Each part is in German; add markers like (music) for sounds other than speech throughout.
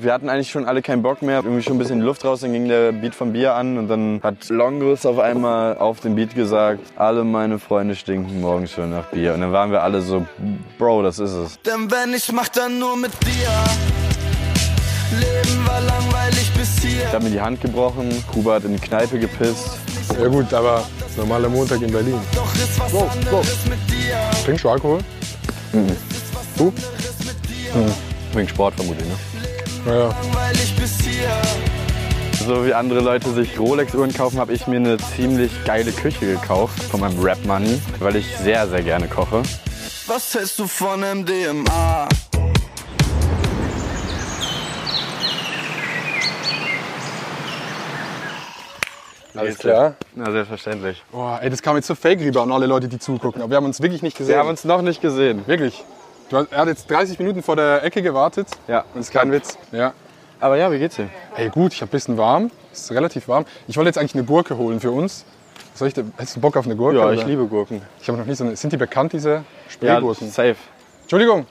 Wir hatten eigentlich schon alle keinen Bock mehr, irgendwie schon ein bisschen Luft raus, dann ging der Beat von Bier an und dann hat Longus auf einmal auf dem Beat gesagt, alle meine Freunde stinken morgen schon nach Bier. Und dann waren wir alle so, Bro, das ist es. Denn wenn ich mach, dann nur mit dir. Leben war langweilig bis Ich hier. habe mir die Hand gebrochen, Kuba hat in die Kneipe gepisst. Ja gut, aber normaler Montag in Berlin. Doch ist was anderes mit dir. Trinkst du Alkohol? Du? Wegen Sport vermutlich, ne? Naja. Langweilig bis hier. So wie andere Leute sich Rolex-Uhren kaufen, habe ich mir eine ziemlich geile Küche gekauft von meinem Rap-Money, weil ich sehr, sehr gerne koche. Was hältst du von MDMA? Alles klar. Na, selbstverständlich. Boah, ey, das kam jetzt so fake rüber und alle Leute, die zugucken. Aber wir haben uns wirklich nicht gesehen. Wir haben uns noch nicht gesehen. wirklich. Du hast, er hat jetzt 30 Minuten vor der Ecke gewartet. Ja. Und ist kein Witz. Ja. Aber ja, wie geht's dir? Ey, gut, ich hab ein bisschen warm. Ist relativ warm. Ich wollte jetzt eigentlich eine Gurke holen für uns. Soll ich denn, hast du Bock auf eine Gurke? Ja, oder? ich liebe Gurken. Ich habe noch nicht so eine. Sind die bekannt, diese Ja, Spreegurken? safe. Entschuldigung.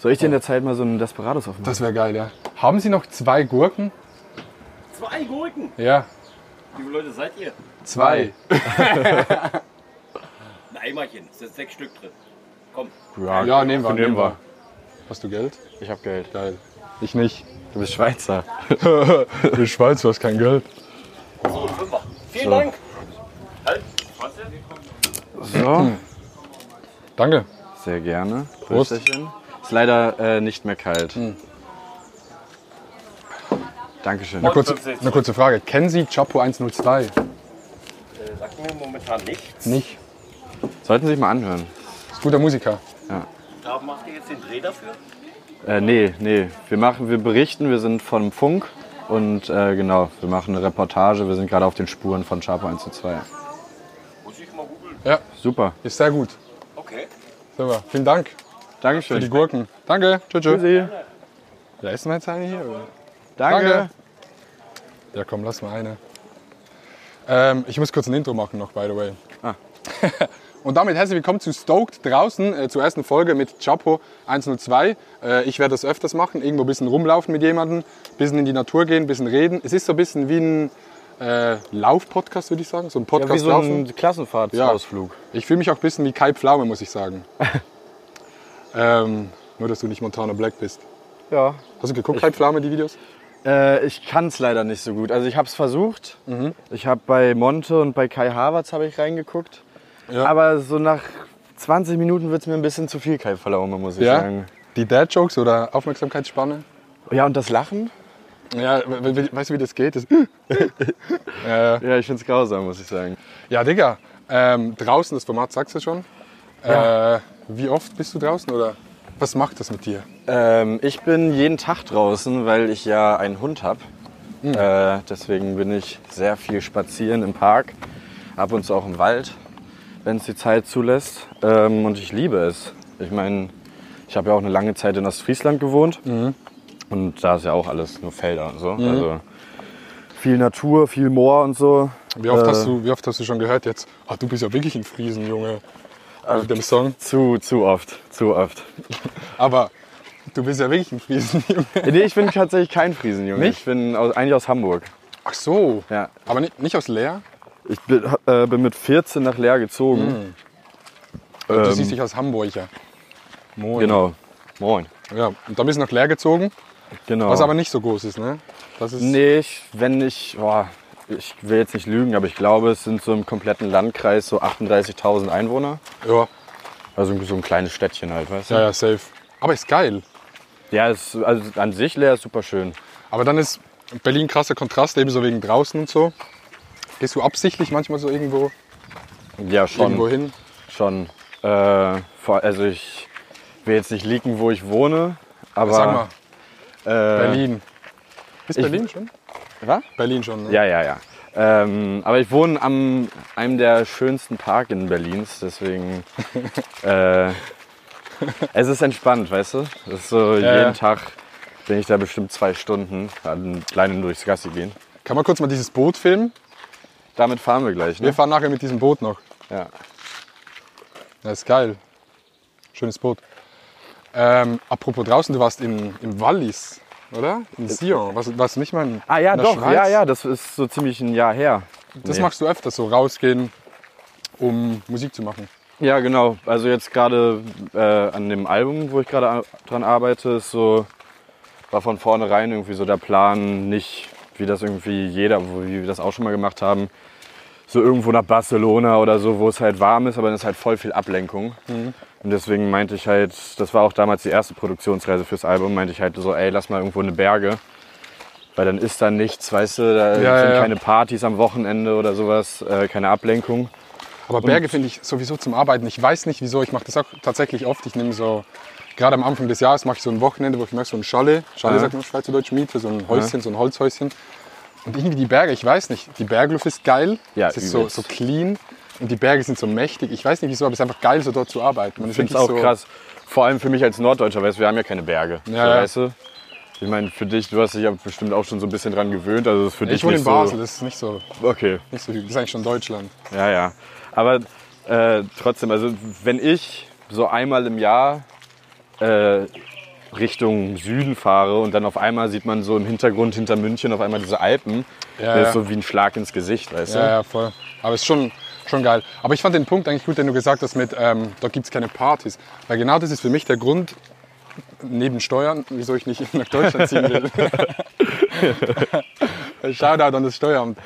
Soll ich dir in der Zeit mal so einen Desperados aufmachen? Das wäre geil, ja. Haben Sie noch zwei Gurken? Zwei Gurken! Ja. Wie viele Leute seid ihr? Zwei. Ein Eimerchen, es sind sechs Stück drin. Komm, Ja, nehmen wir. Nehmen wir. Hast du Geld? Ich hab Geld. Geil. Ich nicht. Du bist Schweizer. In Schweiz, du hast kein Geld. so ein Fünfer. Vielen Dank! Halt, was denn? So. Danke. Sehr gerne. Prost. Prösterchen. Ist leider äh, nicht mehr kalt. Dankeschön. Eine kurze, eine kurze Frage. Kennen Sie Chapo 102? Äh, sagt mir momentan nichts. Nicht. Sollten Sie sich mal anhören. Ist guter Musiker. Da macht ihr jetzt den Dreh dafür? Äh, nee, nee. Wir machen, wir berichten, wir sind vom Funk und äh, genau, wir machen eine Reportage. Wir sind gerade auf den Spuren von Sharpo 1 zu 2. Muss ich mal googeln. Ja, Super. ist sehr gut. Okay. Super. Vielen Dank für Dankeschön. die Gurken. Danke. Tschüss. Tschüss. Tschüssi. Da ist man jetzt eine hier. Oder? Danke. Danke. Ja, komm, lass mal eine. Ähm, ich muss kurz ein Intro machen noch, by the way. Ah. (laughs) Und damit herzlich willkommen zu Stoked draußen, äh, zur ersten Folge mit Chapo 102. Äh, ich werde das öfters machen, irgendwo ein bisschen rumlaufen mit jemandem, ein bisschen in die Natur gehen, ein bisschen reden. Es ist so ein bisschen wie ein äh, Lauf-Podcast, würde ich sagen. So ein Ja, wie Podcast so laufen. ein Klassenfahrtsausflug. Ich fühle mich auch ein bisschen wie Kai Pflaume, muss (laughs) ich sagen. ähm, nur, dass du nicht Montana Black bist. Ja. Hast du geguckt, Kai Pflaume, die Videos? Äh, ich kann es leider nicht so gut. Also ich habe es versucht. Mhm. Ich habe bei Monte und bei Kai Havertz habe ich reingeguckt. Ja. Aber so nach 20 Minuten wird es mir ein bisschen zu viel Kai Verlaume, muss ich sagen. Die Dad-Jokes oder Aufmerksamkeitsspanne? Ja, und das Lachen? Ja, we- we- weißt du, wie das geht? (laughs) Das (laughs) äh, Ja, ich finde es grausam, muss ich sagen. ja, Digga, ähm, draußen, das Format sagst du schon. Äh, wie oft bist du draußen oder was macht das mit dir? Ähm, ich bin jeden Tag draußen, weil ich ja einen Hund habe. Hm. Äh, deswegen bin ich sehr viel spazieren im Park, ab und zu auch im Wald, wenn es die Zeit zulässt. Ähm, und ich liebe es. Ich meine, ich habe ja auch eine lange Zeit in Ostfriesland gewohnt. Mhm. Und da ist ja auch alles nur Felder und so. Also viel Natur, viel Moor und so. Wie oft, Äh, hast, du, wie oft hast du schon gehört jetzt, ah, du bist ja wirklich ein Friesen, Junge, Äh. mit dem Song. Zu, zu oft, zu (laughs) oft. Aber du bist ja wirklich ein Friesen, (laughs) Junge. nee, ich bin tatsächlich kein Friesenjunge. Nicht? Ich bin aus, eigentlich aus Hamburg. Ach so, Ja. aber nicht, nicht aus Leer? Ich bin, äh, bin mit 14 nach Leer Mhm. gezogen. Du Ähm, siehst dich aus Hamburger. Moin. Genau. Moin. Ja, und dann bist du nach Leer gezogen, Genau. was aber nicht so groß ist, ne? Das ist Nee, ich, wenn ich. Boah, ich will jetzt nicht lügen, aber ich glaube, es sind so im kompletten Landkreis so 38.000 Einwohner. ja, Also so ein kleines Städtchen halt, weißt du? ja, ja, safe. Aber ist geil. Ja, es, also an sich Leer ist super schön. Aber dann ist Berlin krasser Kontrast, eben so wegen draußen und so. Gehst du absichtlich manchmal so irgendwo, Ja, schon. irgendwo hin? Schon. Äh, vor, also ich will jetzt nicht leaken, wo ich wohne, aber. Sag mal, äh, Berlin. Ist ich- Berlin schon? Was? Berlin schon, ne? Ja, ja, ja. Ähm, aber ich wohne am einem der schönsten Park in Berlins, (laughs) deswegen äh, es ist entspannt, weißt du? Es ist so Ja, ja. jeden Tag bin ich da bestimmt zwei Stunden an kleinen durchs Gassi gehen. Kann man kurz mal dieses Boot filmen? Damit fahren wir gleich, Wir ne? fahren nachher mit diesem Boot noch. Ja. Das ist geil. Schönes Boot. Ähm, apropos draußen, du warst in, im Wallis, oder? In Sion. Was, was nicht mal in, Ah ja, in der doch, Schweiz? ja, ja, das ist so ziemlich ein Jahr her. Das Nee. machst du öfter, so rausgehen, um Musik zu machen. Ja, genau. Also jetzt gerade äh, an dem Album, wo ich gerade a- dran arbeite, ist so, war von vornherein irgendwie so der Plan, nicht wie das irgendwie jeder, wo- wie wir das auch schon mal gemacht haben, so irgendwo nach Barcelona oder so, wo es halt warm ist, aber dann ist halt voll viel Ablenkung. Mhm. Und deswegen meinte ich halt, das war auch damals die erste Produktionsreise fürs Album, meinte ich halt so, ey, lass mal irgendwo in die Berge. Weil dann ist da nichts, weißt du, da Ja, sind ja, ja. keine Partys am Wochenende oder sowas, äh, keine Ablenkung. Aber Berge finde ich sowieso zum Arbeiten. Ich weiß nicht wieso, ich mache das auch tatsächlich oft. Ich nehme so, gerade am Anfang des Jahres mache ich so ein Wochenende, wo ich mache so ein Chalet. Chalet Ja. sagt man auf Schweizerdeutsch Miete, so ein Häuschen, so ein Holzhäuschen. Und irgendwie die Berge, ich weiß nicht, die Bergluft ist geil. Ja, es ist so, übelst. so clean und die Berge sind so mächtig. Ich weiß nicht wieso, aber es ist einfach geil, so dort zu arbeiten. Man ist Ich finde es auch wirklich so, krass. Vor allem für mich als Norddeutscher, weißt du, wir haben ja keine Berge. Ja, so, ja. weißt du? Ich meine, für dich, du hast dich ja bestimmt auch schon so ein bisschen dran gewöhnt. Also das ist für dich Ich wohne in nicht Basel, so. das ist nicht so, Okay, nicht so hügel. Das ist eigentlich schon Deutschland. ja, ja. Aber äh, trotzdem, also wenn ich so einmal im Jahr äh, Richtung Süden fahre und dann auf einmal sieht man so im Hintergrund hinter München auf einmal diese Alpen, Ja, das ja. ist so wie ein Schlag ins Gesicht, weißt du? Ja, ja, voll. Aber es ist schon, schon geil. Aber ich fand den Punkt eigentlich gut, den du gesagt hast mit, ähm, da gibt es keine Partys. Weil genau das ist für mich der Grund, neben Steuern, wieso ich nicht (laughs) nach Deutschland ziehen (laughs) will. Shoutout an das Steueramt.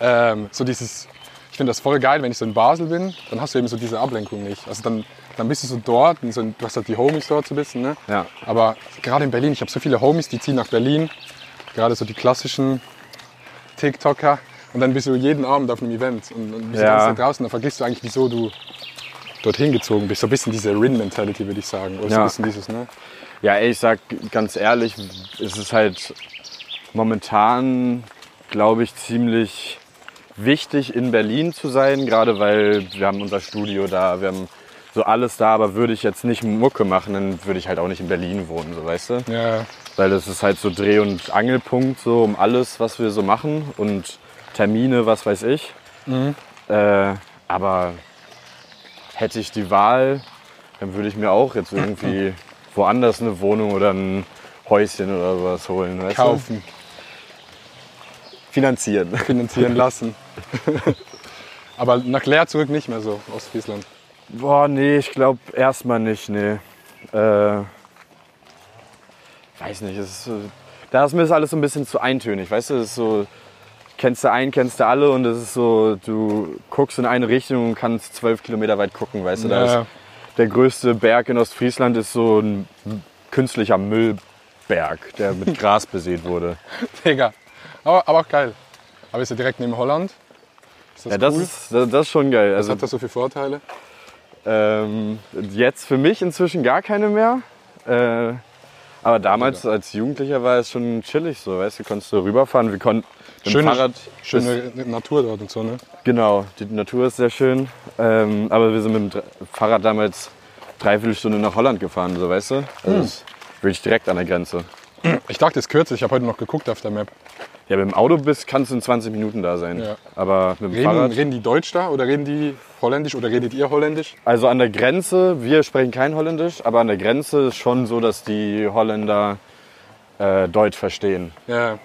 Ähm, so dieses, ich finde das voll geil, wenn ich so in Basel bin, dann hast du eben so diese Ablenkung nicht. Also dann, dann bist du so dort, und so, du hast halt die Homies dort so ein bisschen. Ne? Ja. Aber gerade in Berlin, ich habe so viele Homies, die ziehen nach Berlin. Gerade so die klassischen TikToker. Und dann bist du jeden Abend auf einem Event und, und bist Ja. die ganze Zeit draußen. Dann vergisst du eigentlich, wieso du dorthin gezogen bist. So ein bisschen diese Rin-Mentality, würde ich sagen. Oder so Ja. ein bisschen dieses, ne? Ja, ey, ich sag ganz ehrlich, es ist halt momentan, glaube ich, ziemlich wichtig, in Berlin zu sein, gerade weil wir haben unser Studio da, wir haben so alles da, aber würde ich jetzt nicht Mucke machen, dann würde ich halt auch nicht in Berlin wohnen, so weißt du? Ja, Weil das ist halt so Dreh- und Angelpunkt so um alles, was wir so machen und Termine, was weiß ich. Äh, aber hätte ich die Wahl, dann würde ich mir auch jetzt irgendwie woanders eine Wohnung oder ein Häuschen oder sowas holen. Weißt kaufen, Du? Finanzieren. finanzieren lassen. (laughs) Aber nach Leer zurück nicht mehr so, Ostfriesland. Boah, nee, ich glaube erstmal nicht, nee. Äh, weiß nicht, es ist, äh, da ist mir das alles so ein bisschen zu eintönig, weißt du, es ist so, kennst du einen, kennst du alle und es ist so, du guckst in eine Richtung und kannst zwölf Kilometer weit gucken, weißt du, da Ja. ist der größte Berg in Ostfriesland ist so ein künstlicher Müllberg, der mit Gras besät wurde. Digga. Aber, aber auch geil. Aber ist ja direkt neben Holland. Ist das Ja, das cool? ist, das das ist schon geil. Was Also, hat das so viele Vorteile? Ähm, jetzt für mich inzwischen gar keine mehr. Äh, aber damals als Jugendlicher war es schon chillig so, weißt du, konntest du rüberfahren. Wir konnten mit dem Schöne- Fahrrad. Schöne Natur dort und so, ne? Genau, die Natur ist sehr schön. Ähm, aber wir sind mit dem Dr- Fahrrad damals dreiviertel Stunde nach Holland gefahren, so weißt du. Hm. Also das ist wirklich direkt an der Grenze. Ich dachte, es ist kürzer. Ich habe heute noch geguckt auf der Map. Ja, mit dem Auto bist, kannst du in 20 Minuten da sein. Ja. Aber mit dem Reden, Fahrrad. reden die Deutsch da oder reden die Holländisch oder redet ihr Holländisch? Also an der Grenze, wir sprechen kein Holländisch, aber an der Grenze ist schon so, dass die Holländer äh, Deutsch verstehen. Ja.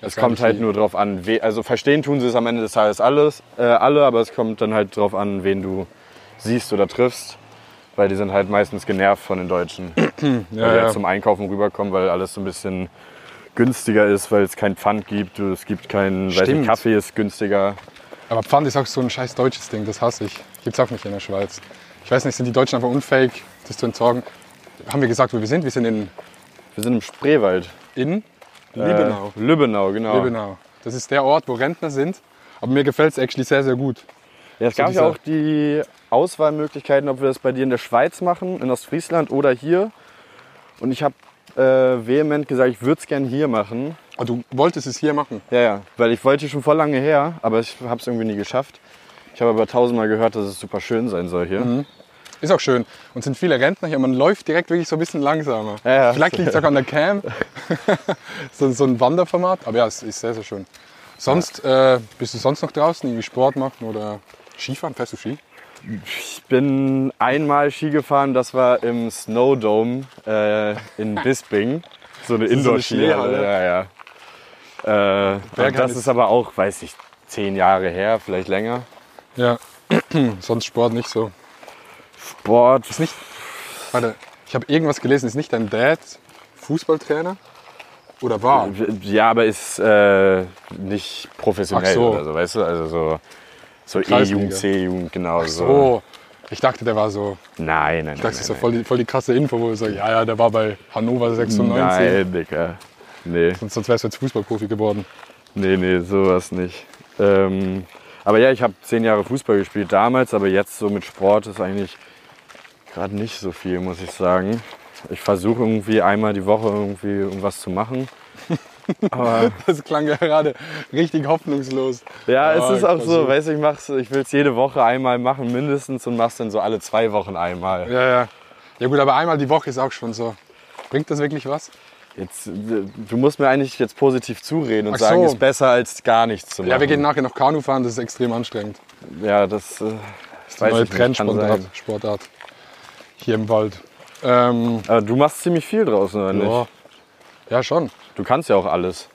Es kommt halt nur drauf an, we also verstehen tun sie es am Ende des Tages alles, äh, alle, aber es kommt dann halt drauf an, wen du siehst oder triffst, weil die sind halt meistens genervt von den (clears throat) Deutschen, weil Ja, die ja. halt zum Einkaufen rüberkommen, weil alles so ein bisschen günstiger ist, weil es kein Pfand gibt, es gibt keinen, weiß Stimmt. nicht, Kaffee ist günstiger. Aber Pfand ist auch so ein scheiß deutsches Ding. Das hasse ich. Gibt's auch nicht in der Schweiz. Ich weiß nicht, sind die Deutschen einfach unfähig, das zu entsorgen? Haben wir gesagt, wo wir sind? Wir sind in, Wir sind im Spreewald. in Liebenau. Äh, Lübbenau, genau. Liebenau. Das ist der Ort, wo Rentner sind. Aber mir gefällt es actually sehr, sehr gut. Ja, es So gab ja dieser- auch die Auswahlmöglichkeiten, ob wir das bei dir in der Schweiz machen, in Ostfriesland oder hier. Und ich habe äh, vehement gesagt, ich würde es gern hier machen. Aber du wolltest es hier machen. Ja, ja, weil ich wollte schon vor lange her, aber ich habe es irgendwie nie geschafft. Ich habe aber tausendmal gehört, dass es super schön sein soll hier. Ist auch schön. Und sind viele Rentner hier. Man läuft direkt wirklich so ein bisschen langsamer. Ja, ja. Vielleicht liegt es auch an der Cam. (laughs) so, so ein Wanderformat. Aber ja, es ist sehr, sehr schön. Sonst, äh, bist du sonst noch draußen? Irgendwie Sport machen oder Skifahren? Fährst du Ski? Ich bin einmal Ski gefahren, das war im Snowdome äh, (laughs) in Bisping. So eine so eine Indoor-Skihalle. Schneehalle. ja, ja. Äh, Bergheim das ist- ist aber auch, weiß ich, zehn Jahre her, vielleicht länger. Ja. (clears throat) Sonst Sport nicht so. Sport. Ist nicht. Warte, ich habe irgendwas gelesen. Ist nicht dein Dad Fußballtrainer? Oder war? Ja, aber ist äh, nicht professionell Ach so. oder so, weißt du? Also so, so Kreisliga. E-Jugend, C-Jugend, genau so. Oh, ich dachte, der war so. Nein, nein, nein. Das ist ja nein, voll die, voll die krasse Info, wo ich sage, ja, ja, der war bei Hannover 96. nein, Digga. Nee. Sonst, sonst wärst du jetzt Fußballprofi geworden. Nee, nee, sowas nicht. Ähm, aber ja, ich habe zehn Jahre Fußball gespielt damals, aber jetzt so mit Sport ist eigentlich gerade nicht so viel, muss ich sagen. Ich versuche irgendwie einmal die Woche irgendwie irgendwas zu machen. Das klang gerade richtig hoffnungslos. Ja, Ah, es ist auch so, versuch. weißt du, ich mach's, ich will es jede Woche einmal machen mindestens und mach's dann so alle zwei Wochen einmal. Ja, ja. Ja gut, aber einmal die Woche ist auch schon so. Bringt das wirklich was? Jetzt, äh, du musst mir eigentlich jetzt positiv zureden und Ach sagen, so. ist besser als gar nichts zu machen. Ja, wir gehen nachher noch Kanu fahren, das ist extrem anstrengend. Ja, das äh, ist Neue Trendsportart. Sportart. Hier im Wald. Ähm, Aber du machst ziemlich viel draußen, oder ja. nicht? ja, schon. Du kannst ja auch alles.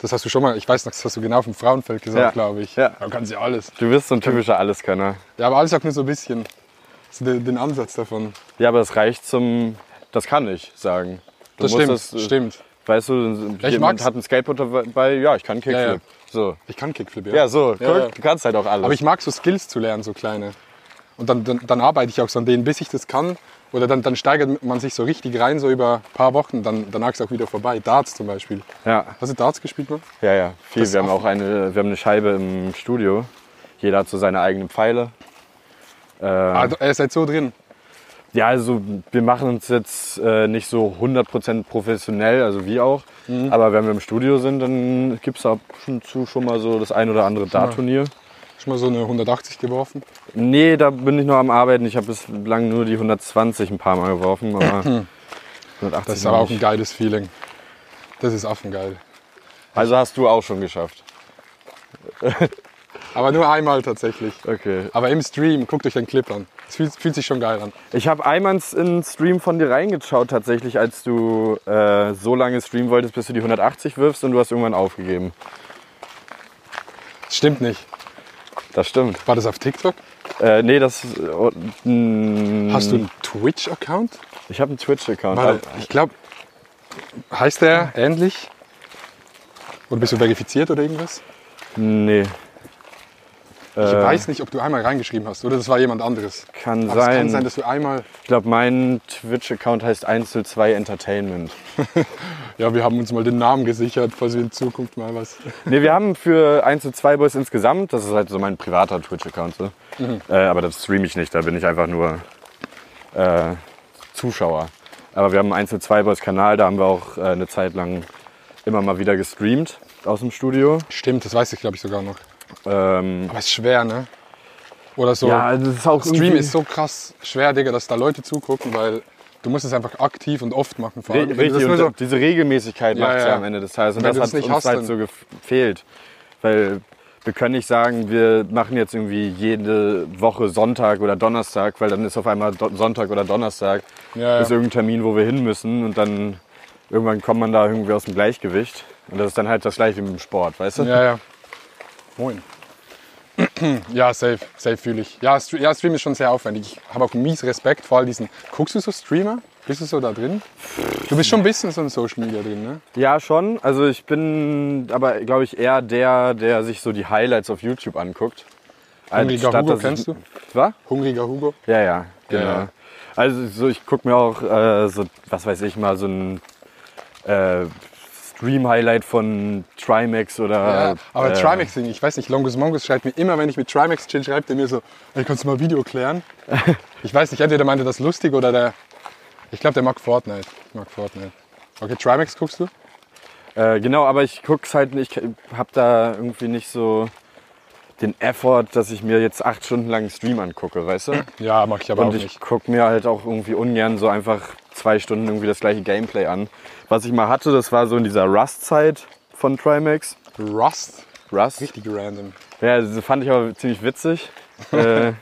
Das hast du schon mal, ich weiß noch, das hast du genau auf dem Frauenfeld gesagt, Ja. glaube ich. Ja. Da kannst du ja alles. Du bist so ein typischer Alleskönner. Ja, aber alles auch nur so ein bisschen. So den, den Ansatz davon. Ja, aber das reicht zum. Das kann ich sagen. Du Das musst stimmt, äh, stimmt. Weißt du, ich jemand mag's. hat ein Skateboard dabei, ja, ich kann Kickflip. Ja, ja. So. Ich kann Kickflip, Ja, so, guck, ja. du kannst halt auch alles. Aber ich mag so Skills zu lernen, so kleine. Und dann, dann, dann arbeite ich auch so an denen, bis ich das kann. Oder dann, dann steigert man sich so richtig rein, so über ein paar Wochen. Dann, danach ist auch wieder vorbei. Darts zum Beispiel. ja, Hast du Darts gespielt, Mann? ja, ja. Viel. Das Wir haben auch- auch eine, wir haben eine Scheibe im Studio. Jeder hat so seine eigenen Pfeile. Ah, ihr seid so drin. Ja, also wir machen uns jetzt äh, nicht so 100% professionell, also wie auch. Mhm. Aber wenn wir im Studio sind, dann gibt es da schon, zu, schon mal so das ein oder andere Dart-Turnier. Schon mal so eine 180 geworfen. Nee, da bin ich noch am Arbeiten. Ich habe bislang nur die 120 ein paar Mal geworfen. (laughs) Aber 180 Hm. Das ist aber noch auch ein nicht. geiles Feeling. Das ist affengeil. Also hast du auch schon geschafft. Aber nur einmal tatsächlich. Okay. Aber im Stream, guckt euch den Clip an. Es fühlt, fühlt sich schon geil an. Ich habe einmal ins- in einen Stream von dir reingeschaut, tatsächlich, als du äh, so lange streamen wolltest, bis du die 180 wirfst und du hast irgendwann aufgegeben. Das stimmt nicht. Das stimmt. War das auf TikTok? Äh, hm, nee, das. oh, mh, Hast du einen Twitch-Account? Ich habe einen Twitch-Account. Warte, ich glaube, heißt der ähnlich? Oder bist du verifiziert oder irgendwas? Nee, Ich weiß nicht, ob du einmal reingeschrieben hast oder das war jemand anderes. Äh. kann Aber es sein. kann sein, dass du einmal. ich glaube, mein Twitch-Account heißt Einzel 2 Entertainment. Ja, wir haben uns mal den Namen gesichert, falls wir in Zukunft mal was. Nee, wir haben für 1 zu 2 Boys insgesamt, das ist halt so mein privater Twitch-Account, so. Mhm. äh, aber das streame ich nicht, da bin ich einfach nur äh, Zuschauer. Aber wir haben einen 1 zu 2 Boys Kanal, da haben wir auch äh, eine Zeit lang immer mal wieder gestreamt aus dem Studio. Stimmt, das weiß ich, glaube ich, sogar noch. Ähm, Aber es ist schwer, ne? Oder so. das ist auch Stream ist so krass schwer, Digga, dass da Leute zugucken, weil du musst es einfach aktiv und oft machen. Vor allem. Wenn du das Richtig, nur und so, diese Regelmäßigkeit Ja, macht es ja, ja. am Ende des Tages. Und Wenn das du hat das nicht uns hast, halt dann- so gefehlt. Weil wir können nicht sagen, wir machen jetzt irgendwie jede Woche Sonntag oder Donnerstag, weil dann ist auf einmal Do Sonntag oder Donnerstag Ja, ja. ist irgendein Termin, wo wir hin müssen und dann irgendwann kommt man da irgendwie aus dem Gleichgewicht. Und das ist dann halt das gleiche wie mit dem Sport, weißt du? Ja, ja. Moin. (clears throat) Ja, safe, safe fühle ich. Ja, Stre ja, Stream ist schon sehr aufwendig. Ich habe auch mies Respekt vor all diesen. Guckst du so Streamer? Bist du so da drin? Du bist schon ein bisschen so in Social Media drin, ne? Ja, schon. Also ich bin aber, glaube ich, eher der, der sich so die Highlights auf YouTube anguckt. Hungriger Anstatt, Hugo dass ich- kennst du? Was? Hungriger Hugo. Ja, ja, genau. ja. Also so, ich gucke mir auch äh, so, was weiß ich mal, so ein äh, Stream-Highlight von Trimax oder. Ja, aber äh, Trimax Ding, ich weiß nicht, Longus Mongus schreibt mir immer, wenn ich mit Trimax chill, schreibt er mir so, ey, kannst du mal Video (laughs) klären? ich weiß nicht, entweder meinte das lustig oder der. Ich glaube, der mag Fortnite. Ich mag Fortnite. Okay, Trimax guckst du? Äh, genau, aber ich guck's halt nicht, ich hab da irgendwie nicht so den Effort, dass ich mir jetzt acht Stunden lang einen Stream angucke, weißt du? Ja, mag ich aber Und auch ich nicht. guck mir halt auch irgendwie ungern so einfach zwei Stunden irgendwie das gleiche Gameplay an. Was ich mal hatte, das war so in dieser Rust-Zeit von Trimax. Rust? Rust? Richtig random. (laughs) Ja, das fand ich aber ziemlich witzig. äh,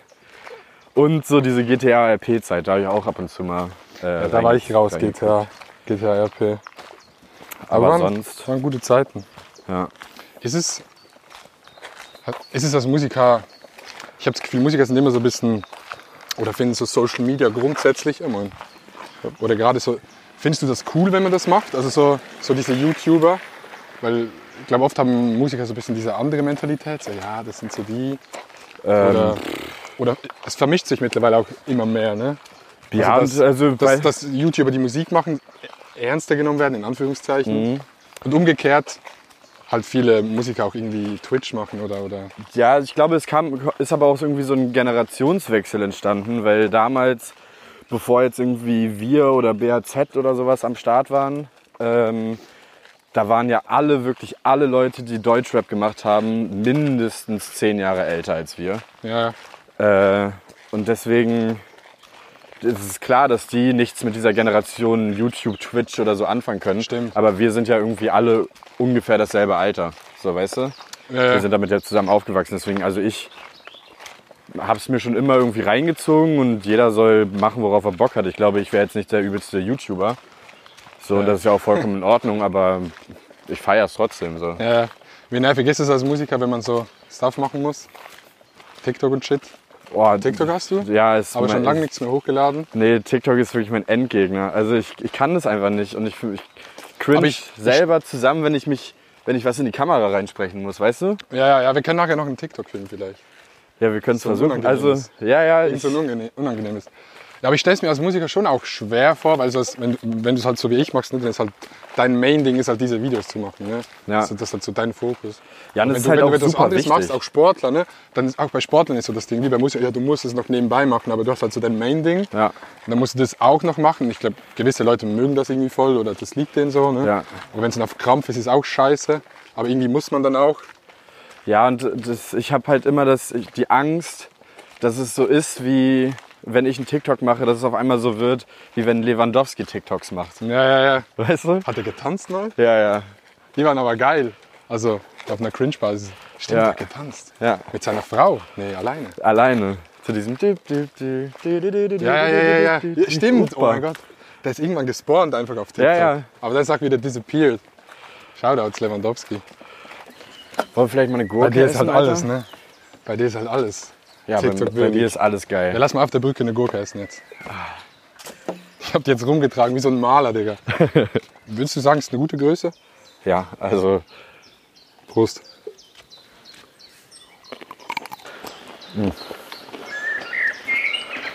Und so diese GTA-RP-Zeit, da habe ich auch ab und zu mal. äh, Da war ich reinge- raus, reinge- GTA, GTA RP. Aber waren- sonst- waren gute Zeiten. Ja. Ist es, ist es als Musiker, ich habe das Gefühl, Musiker sind immer so ein bisschen, oder finden so Social Media grundsätzlich immer, oder gerade so, findest du das cool, wenn man das macht? Also so, so diese YouTuber, weil ich glaube, oft haben Musiker so ein bisschen diese andere Mentalität, so ja, das sind so die, Ähm. oder, oder es vermischt sich mittlerweile auch immer mehr, ne? Ja, Also, und also Dass, weil- dass YouTuber, die Musik machen, ernster genommen werden, in Anführungszeichen. Mhm. Und umgekehrt halt viele Musiker auch irgendwie Twitch machen oder. oder. Ja, ich glaube, es kam, ist aber auch irgendwie so ein Generationswechsel entstanden, weil damals, bevor jetzt irgendwie wir oder BHZ oder sowas am Start waren, ähm, da waren ja alle, wirklich alle Leute, die Deutschrap gemacht haben, mindestens zehn Jahre älter als wir. Ja, Äh, und deswegen ist es klar, dass die nichts mit dieser Generation YouTube, Twitch oder so anfangen können. Stimmt. Aber wir sind ja irgendwie alle ungefähr dasselbe Alter. So, weißt du? Ja. Wir sind damit ja zusammen aufgewachsen. Deswegen, also ich habe es mir schon immer irgendwie reingezogen und jeder soll machen, worauf er Bock hat. Ich glaube, ich wäre jetzt nicht der übelste YouTuber. So, und das ist ja auch vollkommen in Ordnung, aber ich feiere es trotzdem. So. Äh, ja. Wie nervig ist es als Musiker, wenn man so Stuff machen muss? TikTok und Shit. Oh, TikTok hast du? Ja, es Aber schon mein- lange nichts mehr hochgeladen. Nee, TikTok ist wirklich mein Endgegner. Also ich, ich kann das einfach nicht und ich, fühl- ich cringe Aber ich- selber zusammen, wenn ich mich, wenn ich was in die Kamera reinsprechen muss, weißt du? Ja, ja, ja, wir können nachher noch einen TikTok filmen vielleicht. Ja, wir können es So ein versuchen. Also, unangenehmes- ja, ja, Irgend ich, so ein unangenehm- unangenehmes. Ja, aber ich stelle es mir als Musiker schon auch schwer vor, weil sonst, wenn, wenn du es halt so wie ich machst, ne, dann ist halt dein Main-Ding ist halt diese Videos zu machen. Ne? Ja. Also das ist halt so dein Fokus. Ja, und das Und wenn ist du, halt wenn auch du etwas super anderes wichtig. machst, auch Sportler, ne? dann ist auch bei Sportlern ist so das Ding, wie bei Musikern, ja, du musst es noch nebenbei machen, aber du hast halt so dein Main-Ding. Ja. Und dann musst du das auch noch machen. Ich glaube, gewisse Leute mögen das irgendwie voll oder das liegt denen so. Ne? Ja. Aber wenn es dann auf Krampf ist, ist es auch scheiße. Aber irgendwie muss man dann auch. ja, und das, ich habe halt immer das, ich- die Angst, dass es so ist wie wenn ich einen TikTok mache, dass es auf einmal so wird, wie wenn Lewandowski TikToks macht. (laughs) Ja, ja, ja. Weißt du? Hat er getanzt mal? Ja, ja. Die waren aber geil. Also auf einer Cringe-Basis. Stimmt, Ja. hat getanzt. Ja. Mit seiner Frau. Nee, alleine. Alleine. Zu diesem. Ja, Ja, ja, ja, ja. ja stimmt. Oh mein Gott. Der ist irgendwann gespawnt einfach auf TikTok. Ja, ja. Aber dann sagt wieder disappeared. Shoutouts Lewandowski. Wollen wir vielleicht mal eine Gurke Bei dir ist halt essen, Alter? alles, ne? Bei dir ist halt alles. Ja, bei, bei würdig. dir ist alles geil. Ja, lass mal auf der Brücke eine Gurke essen jetzt. Ich hab die jetzt rumgetragen wie so ein Maler, Digga. (laughs) Würdest du sagen, es ist eine gute Größe? Ja, also Prost.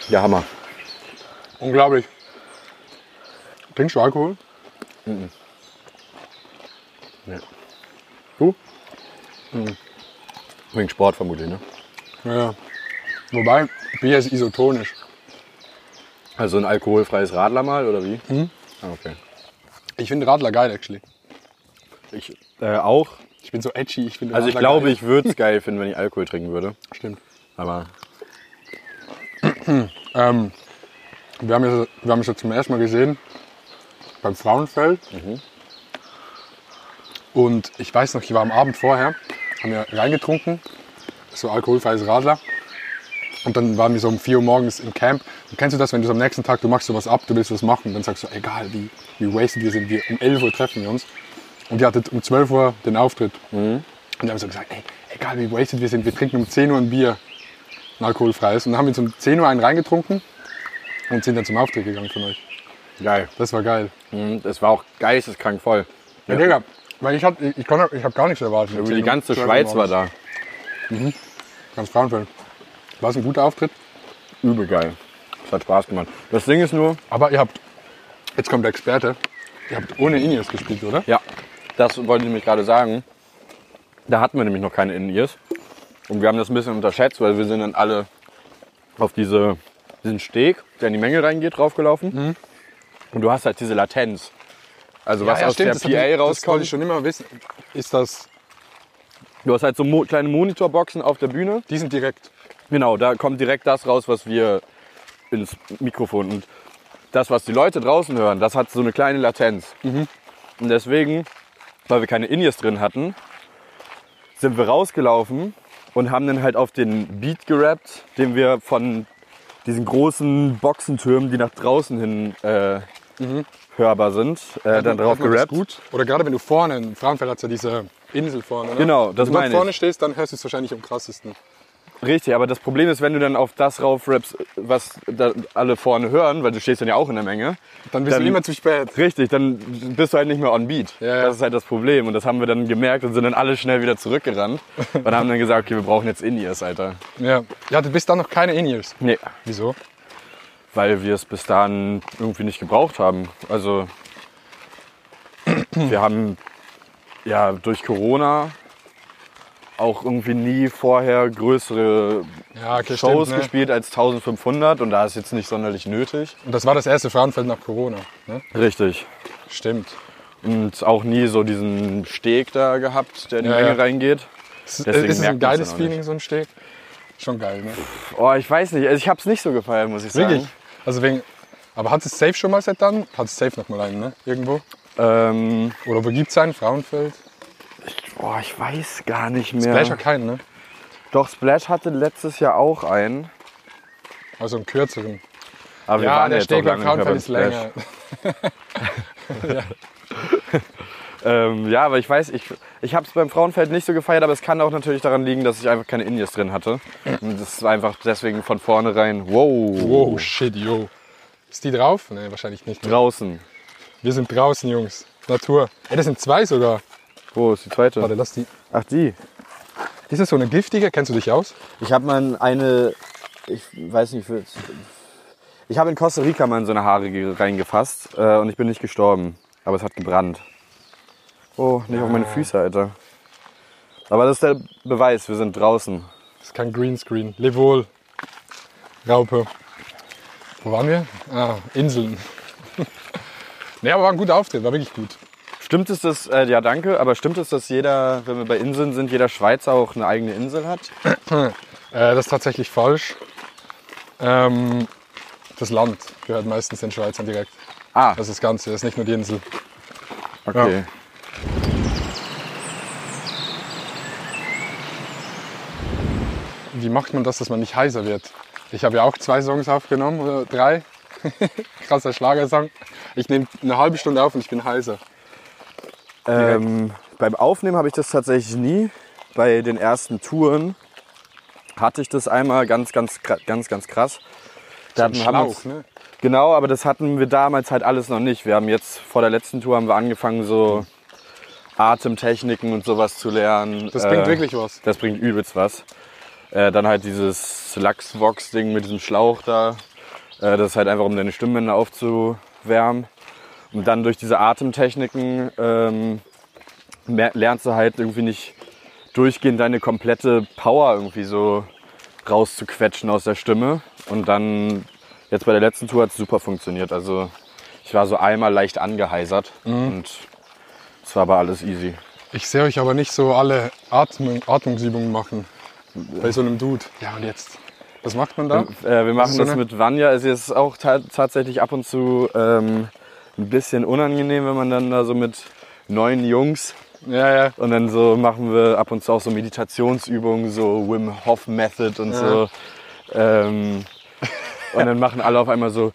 ja Hammer. Unglaublich. Trinkst du Alkohol? Mhm. Du? Wegen Sport vermutlich, ne? Ja. Wobei, Bier ist isotonisch. Also ein alkoholfreies Radler mal oder wie? Ah, okay. Ich finde Radler geil, actually. Ich äh, auch. Ich bin so edgy, ich finde Also ich Radler glaube, geil. ich würde es geil finden, wenn ich Alkohol trinken würde. Stimmt. Aber Ähm, wir, haben ja, wir haben es ja zum ersten Mal gesehen beim Frauenfeld. Und ich weiß noch, ich war am Abend vorher, haben wir reingetrunken, so alkoholfreies Radler. Und dann waren wir so um 4 Uhr morgens im Camp. Und kennst du das, wenn du so am nächsten Tag, du machst sowas ab, du willst was machen, dann sagst du, egal wie, wie wasted wir sind, wir um 11 Uhr treffen wir uns. Und ihr hattet um 12 Uhr den Auftritt. Und die haben so gesagt, ey, egal wie wasted wir sind, wir trinken um 10 Uhr ein Bier, ein alkoholfreies. Und dann haben wir uns um 10 Uhr einen reingetrunken und sind dann zum Auftritt gegangen von euch. geil. Das war geil. Mhm, Das war auch geisteskrank voll. Ja, Digga, weil ich hab, ich, ich, kann- ich hab gar nichts erwartet. Die ganze Schweiz war da. Ganz Frauenfeld. War es ein guter Auftritt? Übel geil. Das hat Spaß gemacht. Das Ding ist nur, Aber ihr habt, jetzt kommt der Experte, ihr habt ohne Ineos gespielt, oder? Ja, das wollte ich nämlich gerade sagen. Da hatten wir nämlich noch keine In-Ears. Und wir haben das ein bisschen unterschätzt, weil wir sind dann alle auf diese, diesen Steg, der in die Menge reingeht, draufgelaufen. Mhm. Und du hast halt diese Latenz. Also was aus das hab ich- der PA Das wollte ich rauskommt. schon immer wissen. Ist das, Du hast halt so mo kleine Monitorboxen auf der Bühne. die sind direkt. Genau, da kommt direkt das raus, was wir ins Mikrofon und das, was die Leute draußen hören, das hat so eine kleine Latenz. Mhm. Und deswegen, weil wir keine In-Ears drin hatten, sind wir rausgelaufen und haben dann halt auf den Beat gerappt, den wir von diesen großen Boxentürmen, die nach draußen hin äh, hörbar sind, äh, dann drauf Mhm. Hat man das gerappt. gut. Oder gerade wenn du vorne, in Frauenfeld hat ja diese Insel vorne. Ne? Genau, das Wenn du dort meine ich. vorne stehst, dann hörst du es wahrscheinlich am krassesten. Richtig, aber das Problem ist, wenn du dann auf das raufrappst, was da alle vorne hören, weil du stehst dann ja auch in der Menge. Dann bist du immer zu spät. Richtig, dann bist du halt nicht mehr on beat. Ja, ja. Das ist halt das Problem. Und das haben wir dann gemerkt und sind dann alle schnell wieder (laughs) zurückgerannt. und haben dann gesagt, okay, wir brauchen jetzt Indies, Alter. Ja. Ja, du bist dann noch keine In-Ears. Nee. Wieso? Weil wir es bis dahin irgendwie nicht gebraucht haben. (clears throat) Also wir haben ja durch Corona auch irgendwie nie vorher größere Ja, okay, Shows stimmt, ne? gespielt als 1500 und da ist jetzt nicht sonderlich nötig. Und das war das erste Frauenfeld nach Corona. Ne? Richtig. Stimmt. Und auch nie so diesen Steg da gehabt, der in die Ja, Menge ja. reingeht. Ist, Deswegen ist es ein merkt man's geiles dann auch Feeling, so ein Steg? Schon geil, ne? Oh, ich weiß nicht. Also ich hab's nicht so gefallen, muss ich sagen. Wirklich? Also wegen. Aber hat es safe schon mal seit dann? Hat es safe noch mal einen, ne? Irgendwo? Ähm, Oder wo gibt's einen? Frauenfeld? boah, ich weiß gar nicht mehr. Vielleicht auch keinen, ne? Doch, Splash hatte letztes Jahr auch einen. Also einen kürzeren. Aber wir Ja, waren der jetzt auch Steg beim lange nicht mehr Frauenfeld beim ist Splash. länger. Ähm, ja, aber ich weiß, ich, ich habe es beim Frauenfeld nicht so gefeiert, aber es kann auch natürlich daran liegen, dass ich einfach keine Indies drin hatte. Und das ist einfach deswegen von vornherein, wow, Wow, Oh, shit, yo. Ist die drauf? Ne, wahrscheinlich nicht. draußen. Wir sind draußen, Jungs. Natur. Ey, das sind zwei sogar. Wo ist die zweite? Warte, lass die. Ach, die. Ist das so eine giftige? Kennst du dich aus? Ich habe mal eine, ich weiß nicht, für- ich habe in Costa Rica mal in so eine Haare ge- reingefasst äh, und ich bin nicht gestorben, aber es hat gebrannt. Oh, nicht auf Ah. meine Füße, Alter. Aber das ist der Beweis, wir sind draußen. Das ist kein Greenscreen. Leb wohl. Raupe. Wo waren wir? Ah, Inseln. (laughs) ne, aber war ein guter Auftritt, war wirklich gut. Stimmt es, dass, äh, ja danke, aber stimmt es, dass jeder, wenn wir bei Inseln sind, jeder Schweizer auch eine eigene Insel hat? Äh, das ist tatsächlich falsch. Ähm, das Land gehört meistens den Schweizern direkt. Ah, Das ist das Ganze, das ist nicht nur die Insel. okay. ja. Wie macht man das, dass man nicht heiser wird? Ich habe ja auch zwei Songs aufgenommen, oder drei. (laughs) Krasser Schlagersong. Ich nehme eine halbe Stunde auf und ich bin heiser. Ähm, beim Aufnehmen habe ich das tatsächlich nie. Bei den ersten Touren hatte ich das einmal ganz, ganz, kra- ganz, ganz krass. Da Ein hatten- haben wir Schlauch, uns- ne? Genau, aber das hatten wir damals halt alles noch nicht. Wir haben jetzt vor der letzten Tour haben wir angefangen, so Atemtechniken und sowas zu lernen. Äh, Das bringt wirklich was. Das bringt übelst was. Äh, dann halt dieses Lachsvox-Ding mit diesem Schlauch da. Äh, das ist halt einfach, um deine Stimmbänder aufzuwärmen. Und dann durch diese Atemtechniken ähm, mer- lernst du halt irgendwie nicht durchgehend deine komplette Power irgendwie so rauszuquetschen aus der Stimme. Und dann, jetzt bei der letzten Tour hat es super funktioniert. Also ich war so einmal leicht angeheisert Mhm. und es war aber alles easy. Ich sehe euch aber nicht so alle Atmung, Atmungsübungen machen. Bei so einem Dude. Ja, und jetzt? Was macht man da? Äh, wir Das machen ist so das eine- mit Vanja. Es ist auch ta tatsächlich ab und zu ähm, ein bisschen unangenehm, wenn man dann da so mit neun Jungs Ja, ja. und dann so machen wir ab und zu auch so Meditationsübungen, so Wim Hof Method und so. Ähm, und dann machen alle auf einmal so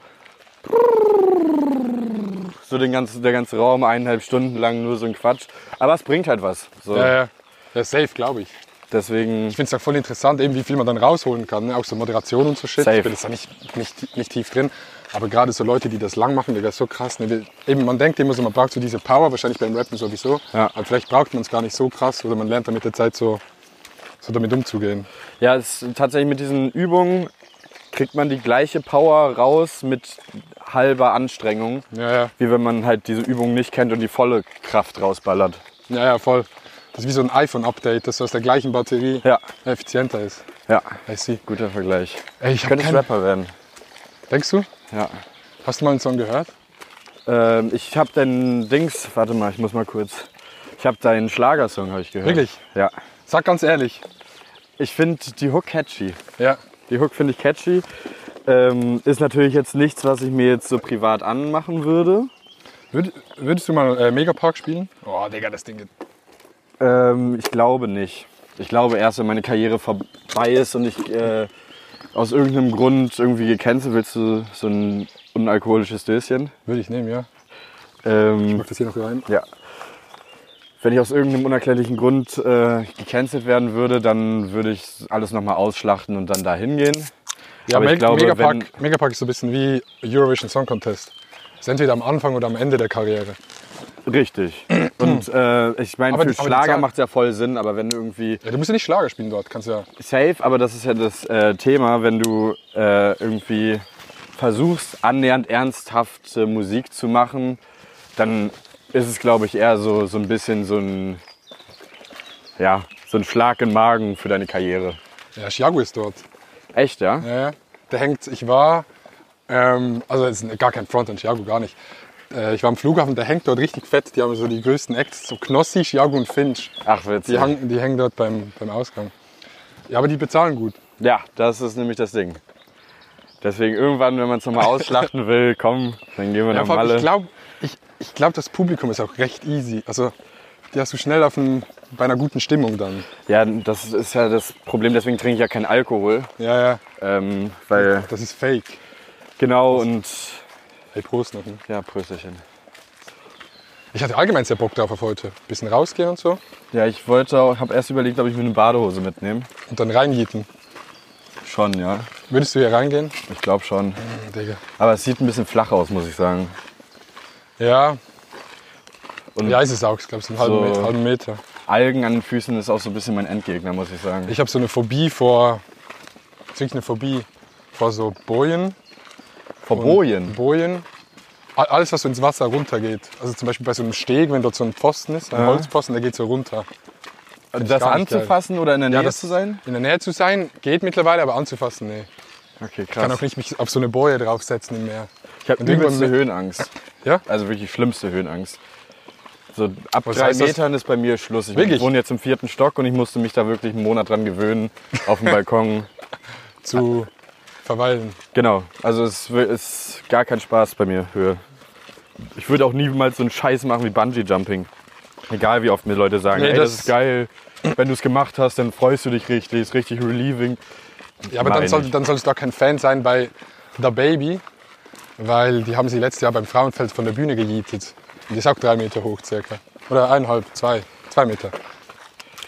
so den ganzen, der ganze Raum eineinhalb Stunden lang nur so ein Quatsch. Aber es bringt halt was. So. Ja, ja. ja safe, glaube ich. Deswegen, Ich finde es ja voll interessant, eben wie viel man dann rausholen kann, ne? auch so Moderation und so Shit. Safe. Ich bin jetzt da nicht, nicht, nicht tief drin, aber gerade so Leute, die das lang machen, Digga, ist so krass. Ne? Wir- Eben, man denkt immer so, man braucht so diese Power, wahrscheinlich beim Rappen sowieso, Ja. aber vielleicht braucht man es gar nicht so krass oder man lernt dann mit der Zeit so, so damit umzugehen. ja, es ist tatsächlich mit diesen Übungen kriegt man die gleiche Power raus mit halber Anstrengung, Ja, ja, wie wenn man halt diese Übung nicht kennt und die volle Kraft rausballert. ja, ja voll. Das ist wie so ein iPhone-Update, dass du aus der gleichen Batterie Ja. effizienter ist. Ja, I see. guter Vergleich. Ey, ich Ich habe könnte keine... Rapper werden. Denkst du? Ja. Hast du mal einen Song gehört? Ähm, ich habe deinen Dings, warte mal, ich muss mal kurz. Ich habe deinen Schlagersong hab ich gehört. Wirklich? Ja. Sag ganz ehrlich. Ich finde die Hook catchy. Ja. Die Hook finde ich catchy. Ähm, ist natürlich jetzt nichts, was ich mir jetzt so privat anmachen würde. Würd, würdest du mal äh, Megapark spielen? Oh, Digga, das Ding geht Ähm, ich glaube nicht. Ich glaube erst, wenn meine Karriere vorbei ist und ich äh, aus irgendeinem Grund irgendwie gekennst, willst du so ein unalkoholisches Döschen. Würde ich nehmen, ja. Ähm, Mach das hier noch rein. ja. Wenn ich aus irgendeinem unerklärlichen Grund äh, gecancelt werden würde, dann würde ich alles nochmal ausschlachten und dann da hingehen. Ja, Aber ich Meg glaube, wenn- Megapack, Megapack ist so ein bisschen wie Eurovision Song Contest. Ist entweder am Anfang oder am Ende der Karriere. Richtig. (clears throat) Und äh, ich meine, Aber für die- aber die Schlager Zahl- macht es ja voll Sinn, aber wenn irgendwie Ja, du musst ja nicht Schlager spielen dort, kannst ja. safe, aber das ist ja das äh, Thema, wenn du äh, irgendwie versuchst, annähernd ernsthaft äh, Musik zu machen, dann ist es, glaube ich, eher so, so ein bisschen so ein, ja, so ein Schlag in den Magen für deine Karriere. Ja, Chiago ist dort. Echt, ja? Ja, ja. Der hängt, ich war, ähm, also jetzt gar kein Front an Chiago, gar nicht. Äh, ich war am Flughafen, der hängt dort richtig fett. Die haben so die größten Acts, so Knossi, Chiago und Finch. Ach, witzig. Die, hang, die hängen dort beim, beim Ausgang. Ja, aber die bezahlen gut. Ja, das ist nämlich das Ding. Deswegen irgendwann, wenn man es nochmal ausschlachten will, komm, dann gehen wir Ja, nach vor allem, ich Malle. glaube, ich, ich glaub, das Publikum ist auch recht easy. Also, die hast du schnell auf dem, bei einer guten Stimmung dann. Ja, das ist ja das Problem, deswegen trinke ich ja keinen Alkohol. Ja, ja, Ähm, weil, das ist fake. genau, und Hey, Prost noch. ne? ja, Prösterchen. Ich hatte allgemein sehr Bock drauf auf heute. Bisschen rausgehen und so Ja, ich wollte auch, habe erst überlegt, ob ich mir eine Badehose mitnehme. und dann reinjieten. Schon, ja. Würdest du hier reingehen? Ich glaube schon. Hm, Digga. Aber es sieht ein bisschen flach aus, muss ich sagen. Ja, Und ja, ist es auch. Ich glaube, es ist einen halben, So. Meter, halben Meter. Algen an den Füßen ist auch so ein bisschen mein Endgegner, muss ich sagen. Ich habe so eine Phobie vor, das ist wirklich eine Phobie vor so Bojen. Vor und- Bojen. Bojen. A- Alles, was so ins Wasser runtergeht. Also zum Beispiel bei so einem Steg, wenn dort so ein Pfosten ist, ein Holzpfosten, der geht so runter. ich Das gar nicht geil. anzufassen oder in der Nähe das- zu sein? In der Nähe zu sein geht mittlerweile, aber anzufassen, nee. Okay, Ich kann auch krass. nicht mich auf so eine Boje draufsetzen im Meer. Ich habe Und irgendwann übelste mit- Höhenangst. Ja? Also wirklich schlimmste Höhenangst. So ab Was drei heißt das? Metern ist bei mir Schluss. Ich Wirklich? wohne jetzt im vierten Stock und ich musste mich da wirklich einen Monat dran (laughs) gewöhnen, auf dem Balkon. Zu verweilen. Genau, also es wi- ist gar kein Spaß bei mir, Höhe. Ich würde auch niemals so einen Scheiß machen wie Bungee-Jumping. Egal wie oft mir Leute sagen, Nee, ey, das, das- ist geil. Wenn du es gemacht hast, dann freust du dich richtig, ist richtig relieving. Ja, aber Mach dann, ich soll, nicht. dann sollst du auch kein Fan sein bei The Baby, weil die haben sie letztes Jahr beim Frauenfeld von der Bühne gejietet. Und die ist auch drei Meter hoch circa. Oder eineinhalb, zwei, zwei Meter.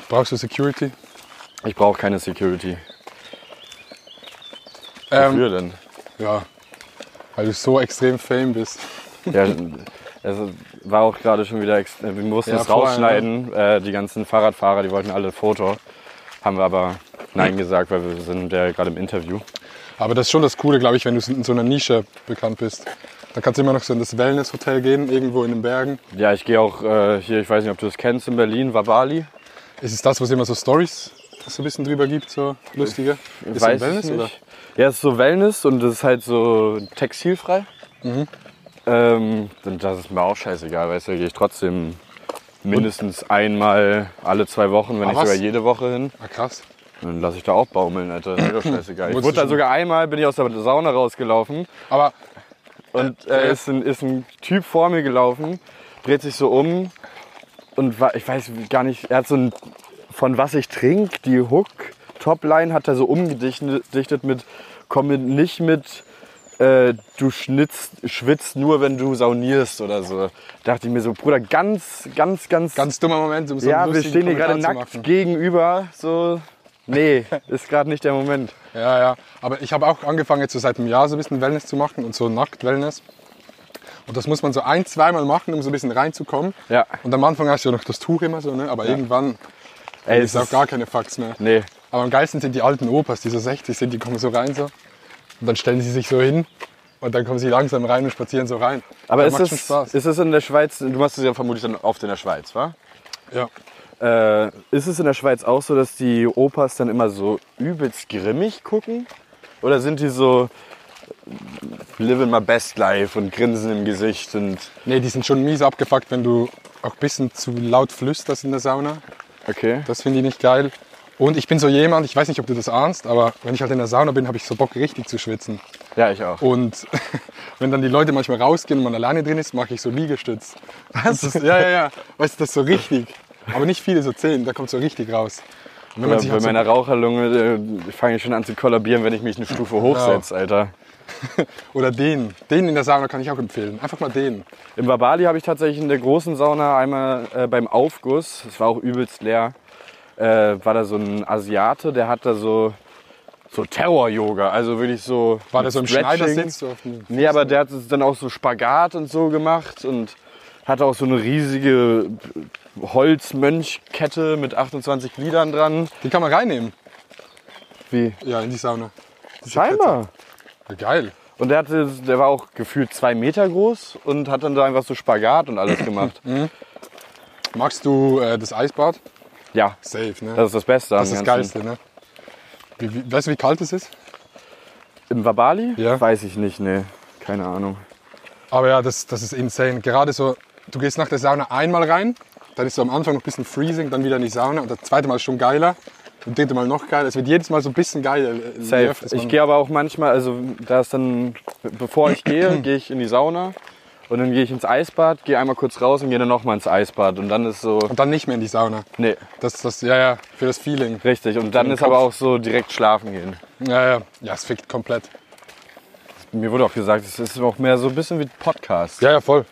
Brauchst du Security? Ich brauche keine Security. Ähm, Wofür denn? ja, weil du so extrem fame bist. Ja, es war auch gerade schon wieder, ex- wir mussten Ja, es vorher, rausschneiden. Äh, die ganzen Fahrradfahrer, die wollten alle ein Foto. Haben wir aber nein gesagt, weil wir sind ja gerade im Interview. Aber das ist schon das Coole, glaube ich, wenn du in so einer Nische bekannt bist. Dann kannst du immer noch so in das Wellness-Hotel gehen, irgendwo in den Bergen. Ja, ich gehe auch äh, hier, ich weiß nicht, ob du es kennst, in Berlin, Wabali. Ist es das, was immer so Stories so ein bisschen drüber gibt, so lustige? Ist es Weiß ich nicht. Ja, es ist so Wellness und es ist halt so textilfrei. Mhm. Ähm, und das ist mir auch scheißegal, weißt du, da gehe ich trotzdem mindestens einmal alle zwei Wochen, wenn Ah, nicht was? sogar jede Woche hin. Ah, krass. Dann lasse ich da auch baumeln, Alter. Das ist mir (clears throat) doch scheißegal. Ich Wurdest wurde du da schon- sogar einmal, bin ich aus der Sauna rausgelaufen Aber und äh, ist, ein, ist ein Typ vor mir gelaufen, dreht sich so um und war, ich weiß gar nicht, er hat so ein, von was ich trinke, die Hook, Topline hat er so umgedichtet mit, komm mit- nicht mit, äh, du schnitzt, schwitzt nur, wenn du saunierst oder so. Dachte ich mir so, Bruder, ganz, ganz, ganz, Ganz dummer Moment, um so einen ja, wir lustigen stehen hier gerade Kommentar nackt zu machen. gegenüber, so, (laughs) nee, ist gerade nicht der Moment. Ja, ja. Aber ich habe auch angefangen, jetzt so seit einem Jahr so ein bisschen Wellness zu machen und so Nackt-Wellness. Und das muss man so ein-, zweimal machen, um so ein bisschen reinzukommen. Ja. Und am Anfang hast du ja noch das Tuch immer so, ne? aber irgendwann Ey, ist auch gar keine Fax mehr. Nee. Aber am geilsten sind die alten Opas, die so 60 sind, die kommen so rein so. Und dann stellen sie sich so hin und dann kommen sie langsam rein und spazieren so rein. Aber Ja, ist macht schon es, Spaß. ist es in der Schweiz, du machst es ja vermutlich dann oft in der Schweiz, wa? ja. Äh, ist es in der Schweiz auch so, dass die Opas dann immer so übelst grimmig gucken? Oder sind die so living my best life und grinsen im Gesicht und Nee, die sind schon mies abgefuckt, wenn du auch ein bisschen zu laut flüsterst in der Sauna. okay. Das finde ich nicht geil. Und ich bin so jemand, ich weiß nicht, ob du das ahnst, aber wenn ich halt in der Sauna bin, habe ich so Bock, richtig zu schwitzen. Ja, ich auch. Und (laughs) wenn dann die Leute manchmal rausgehen und man alleine drin ist, mache ich so Liegestütz. Das ist, ja, ja, ja. Weißt du, das ist so richtig. Aber nicht viele, so zehn, da kommt so richtig raus. Wenn man sich bei halt so- meiner Raucherlunge äh, fange ich schon an zu kollabieren, wenn ich mich eine Stufe Genau. hochsetze, Alter. Oder den. Den in der Sauna kann ich auch empfehlen. Einfach mal den. Im Babali habe ich tatsächlich in der großen Sauna einmal äh, beim Aufguss, es war auch übelst leer, äh, war da so ein Asiate, der hat da so, so Terror-Yoga, also wirklich so. War der so im Stretching. Schneidersitz? So auf dem- Nee, aber der hat es dann auch so Spagat und so gemacht und hatte auch so eine riesige Holzmönchkette mit 28 Liedern dran. Die kann man reinnehmen. Wie? Ja, in die Sauna. Diese Scheinbar. Kette. Ja, geil. Und der, hatte, der war auch gefühlt zwei Meter groß und hat dann da einfach so Spagat und alles (laughs) gemacht. Magst du äh, das Eisbad? ja, Safe, ne? das ist das Beste am Das ist das Ganzen. Geilste, ne? Wie, wie, weißt du, wie kalt es ist? Im Wabali? Ja. Weiß ich nicht, nee. Keine Ahnung. Aber ja, das, das ist insane. Gerade so, du gehst nach der Sauna einmal rein, dann ist so am Anfang noch ein bisschen freezing, dann wieder in die Sauna und das zweite Mal ist schon geiler und das dritte Mal noch geiler. Es wird jedes Mal so ein bisschen geiler. äh, je Safe. öfter man- Ich gehe aber auch manchmal, also da ist dann, bevor ich (clears throat) gehe, gehe ich in die Sauna und dann gehe ich ins Eisbad, gehe einmal kurz raus und gehe dann nochmal ins Eisbad. Und dann ist so, Und dann nicht mehr in die Sauna. nee, Das, das, ja, ja, für das Feeling. richtig. Und dann den ist aber Kopf. auch so direkt schlafen gehen. Ja, ja, ja, es fickt komplett. Mir wurde auch gesagt, es ist auch mehr so ein bisschen wie Podcast. Ja, ja, voll.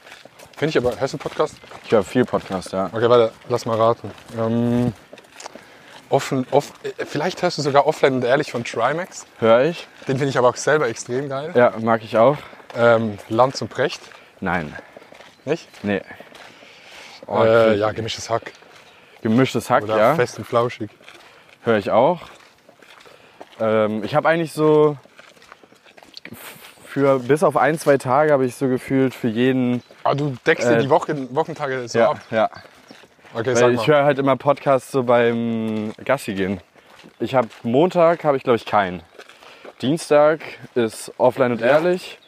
Finde ich aber, hörst du einen Podcast? Ich höre viel Podcast, ja. Okay, warte, lass mal raten. Ähm, offen, off, äh, vielleicht hörst du sogar Offline und Ehrlich von Trimax. Höre ich? Den finde ich aber auch selber extrem geil. Ja, mag ich auch. Ähm, Lanz und Precht, Nein, nicht? nee. Oh, äh, ich- ja, gemischtes Hack. Gemischtes Hack, Oder ja. fest und flauschig. Höre ich auch. Ähm, ich habe eigentlich so für bis auf ein, zwei Tage habe ich so gefühlt für jeden. Ah, du deckst dir Äh, die Wochen, Wochentage so ab. ja. Okay, Weil sag ich mal. höre halt immer Podcasts so beim Gassi gehen. Ich habe Montag habe ich glaube ich keinen. Dienstag ist offline und ehrlich.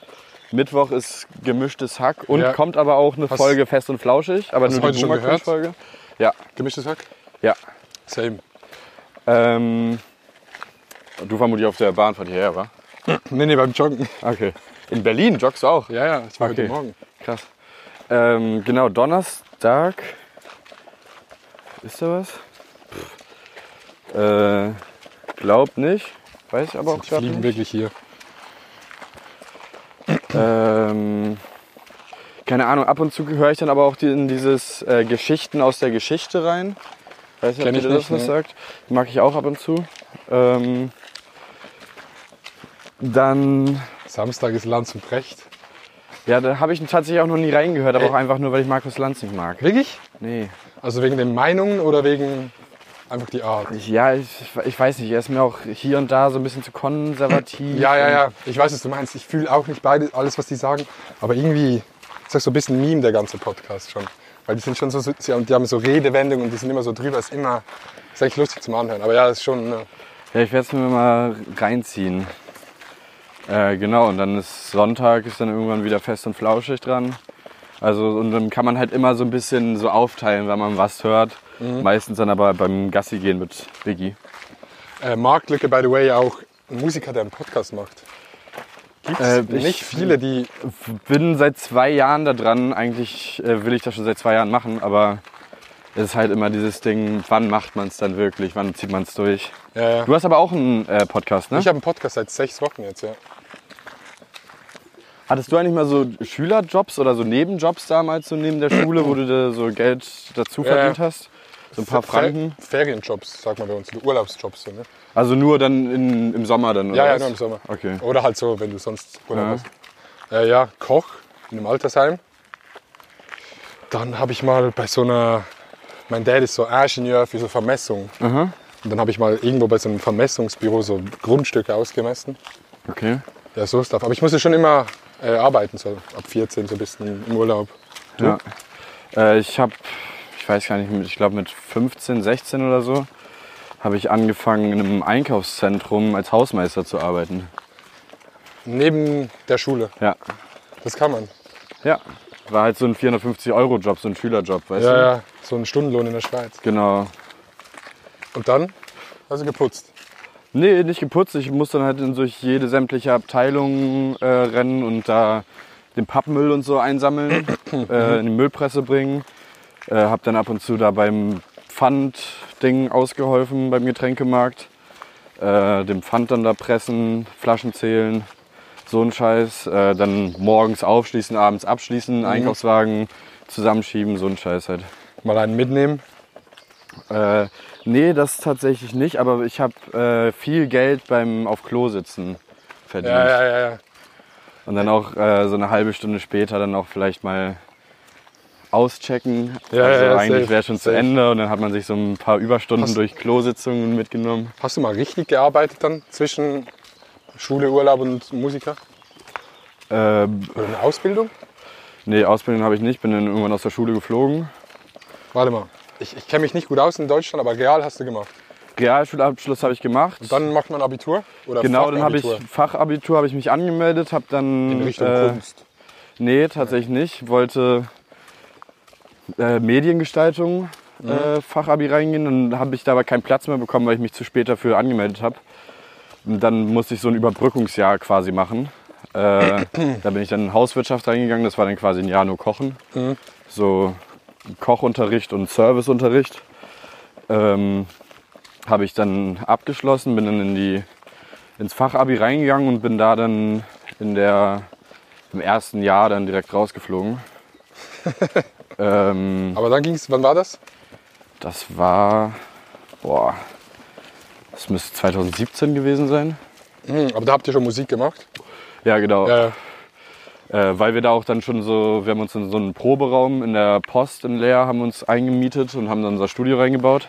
Mittwoch ist gemischtes Hack und Ja. kommt aber auch eine Hast- Folge fest und flauschig, aber hast nur du die heute schon gehört? Boomer-Folge. Ja, Gemischtes Hack? ja. Same. Ähm, du vermutlich auf der Bahn von hierher, wa? Nee, nee, beim Joggen. Okay. In Berlin joggst du auch? Ja, ja, ich war Okay. heute Morgen. Krass. Ähm, genau, Donnerstag. Ist da was? Pff. Äh, glaub nicht. Weiß ich aber auch Die grad fliegen nicht. wirklich hier. Ähm, keine Ahnung, ab und zu höre ich dann aber auch die, in dieses äh, Geschichten aus der Geschichte rein. Weiß nicht, Kenn ob ich dir das nicht, was ne. sagt. Mag ich auch ab und zu. Ähm, dann, Samstag ist Lanz und Precht. ja, da habe ich tatsächlich auch noch nie reingehört, aber Ey. auch einfach nur, weil ich Markus Lanz nicht mag. Wirklich? Nee. Also wegen den Meinungen oder wegen einfach die Art? Ich- Ja, ich, ich weiß nicht. Er ist mir auch hier und da so ein bisschen zu konservativ. Ja, ja, ja. Ich weiß, was du meinst. Ich fühle auch nicht beide, alles, was die sagen. Aber irgendwie ist das so ein bisschen Meme, der ganze Podcast schon. Weil die sind schon so, so- sie haben- die haben so Redewendungen und die sind immer so drüber. Ist immer, ist eigentlich lustig zum Anhören. Aber ja, ist schon, ne. Ja, ich werde es mir mal reinziehen. Äh, genau, und dann ist Sonntag, ist dann irgendwann wieder fest und flauschig dran. Also, und dann kann man halt immer so ein bisschen so aufteilen, wenn man was hört. Mhm. Meistens dann aber beim Gassi gehen mit Biggie. Äh, Mark Lücke, by the way, auch ein Musiker, der einen Podcast macht. Gibt's Äh, ich- nicht viele, die. Bin seit zwei Jahren da dran. Eigentlich äh, will ich das schon seit zwei Jahren machen, aber es ist halt immer dieses Ding, wann macht man es dann wirklich, wann zieht man es durch. Äh, Du hast aber auch einen äh, Podcast, ne? ich habe einen Podcast seit sechs Wochen jetzt, ja. Hattest du eigentlich mal so Schülerjobs oder so Nebenjobs damals so neben der Schule, wo du da so Geld dazu Ja. verdient hast? So ein paar Fer- Franken? Ferienjobs, sagt man bei uns, so Urlaubsjobs. So, ne? Also nur dann in, im Sommer dann, oder? Ja, ja, was? nur im Sommer. Okay. Oder halt so, wenn du sonst Ja. Urlaub hast. Äh, ja, Koch in einem Altersheim. Dann habe ich mal bei so einer, mein Dad ist so Ingenieur für so Vermessung. Und dann habe ich mal irgendwo bei so einem Vermessungsbüro so Grundstücke ausgemessen. Okay. Ja, so Stuff. Aber ich musste schon immer äh, arbeiten, so ab 14 so ein bisschen im Urlaub. Ja. Äh, ich habe, ich weiß gar nicht, mit- ich glaube mit 15, 16 oder so, habe ich angefangen in einem Einkaufszentrum als Hausmeister zu arbeiten. Neben der Schule. Ja. Das kann man. Ja. War halt so ein 450-Euro-Job, so ein Schülerjob, weißt Ja, du? ja, so ein Stundenlohn in der Schweiz. Genau. Und dann hast du geputzt. Nee, nicht geputzt. Ich muss dann halt in durch jede sämtliche Abteilung äh, rennen und da den Pappmüll und so einsammeln, äh, in die Müllpresse bringen. Äh, hab dann ab und zu da beim Pfand Ding ausgeholfen beim Getränkemarkt. Äh, dem Pfand dann da pressen, Flaschen zählen, so ein Scheiß. Äh, dann morgens aufschließen, abends abschließen, Einkaufswagen zusammenschieben, so ein Scheiß halt. Mal einen mitnehmen. Äh, nee, das tatsächlich nicht, aber ich habe äh, viel Geld beim auf Klo sitzen verdient. Ja, ja, ja, ja. Und dann auch äh, so eine halbe Stunde später dann auch vielleicht mal auschecken. Ja, also ja, ja, eigentlich safe, wäre schon zu safe. Ende und dann hat man sich so ein paar Überstunden Hast- durch Klositzungen mitgenommen. Hast du mal richtig gearbeitet dann zwischen Schule, Urlaub und Musiker? Ähm, Oder eine Ausbildung? nee, Ausbildung habe ich nicht, bin dann irgendwann aus der Schule geflogen. Warte mal. Ich, ich kenne mich nicht gut aus in Deutschland, aber real hast du gemacht. Realschulabschluss habe ich gemacht. Dann macht man Abitur oder genau, dann habe ich Fachabitur Fachabitur, habe ich mich angemeldet, habe dann in Richtung äh, Kunst. Nee, tatsächlich nicht. Wollte äh, Mediengestaltung äh, Fachabi reingehen. Dann habe ich dabei keinen Platz mehr bekommen, weil ich mich zu spät dafür angemeldet habe. Und dann musste ich so ein Überbrückungsjahr quasi machen. Äh, da bin ich dann in Hauswirtschaft reingegangen. Das war dann quasi ein Jahr nur Kochen. So Kochunterricht und Serviceunterricht. Ähm, habe ich dann abgeschlossen, bin dann in die, ins Fachabi reingegangen und bin da dann in der im ersten Jahr dann direkt rausgeflogen. ähm, Aber dann ging es, wann war das? das war, boah, das müsste 2017 gewesen sein. Hm, aber da habt ihr schon Musik gemacht. Ja, genau. Äh, Äh, weil wir da auch dann schon so, wir haben uns in so einen Proberaum in der Post in Leer haben uns eingemietet und haben dann unser Studio reingebaut.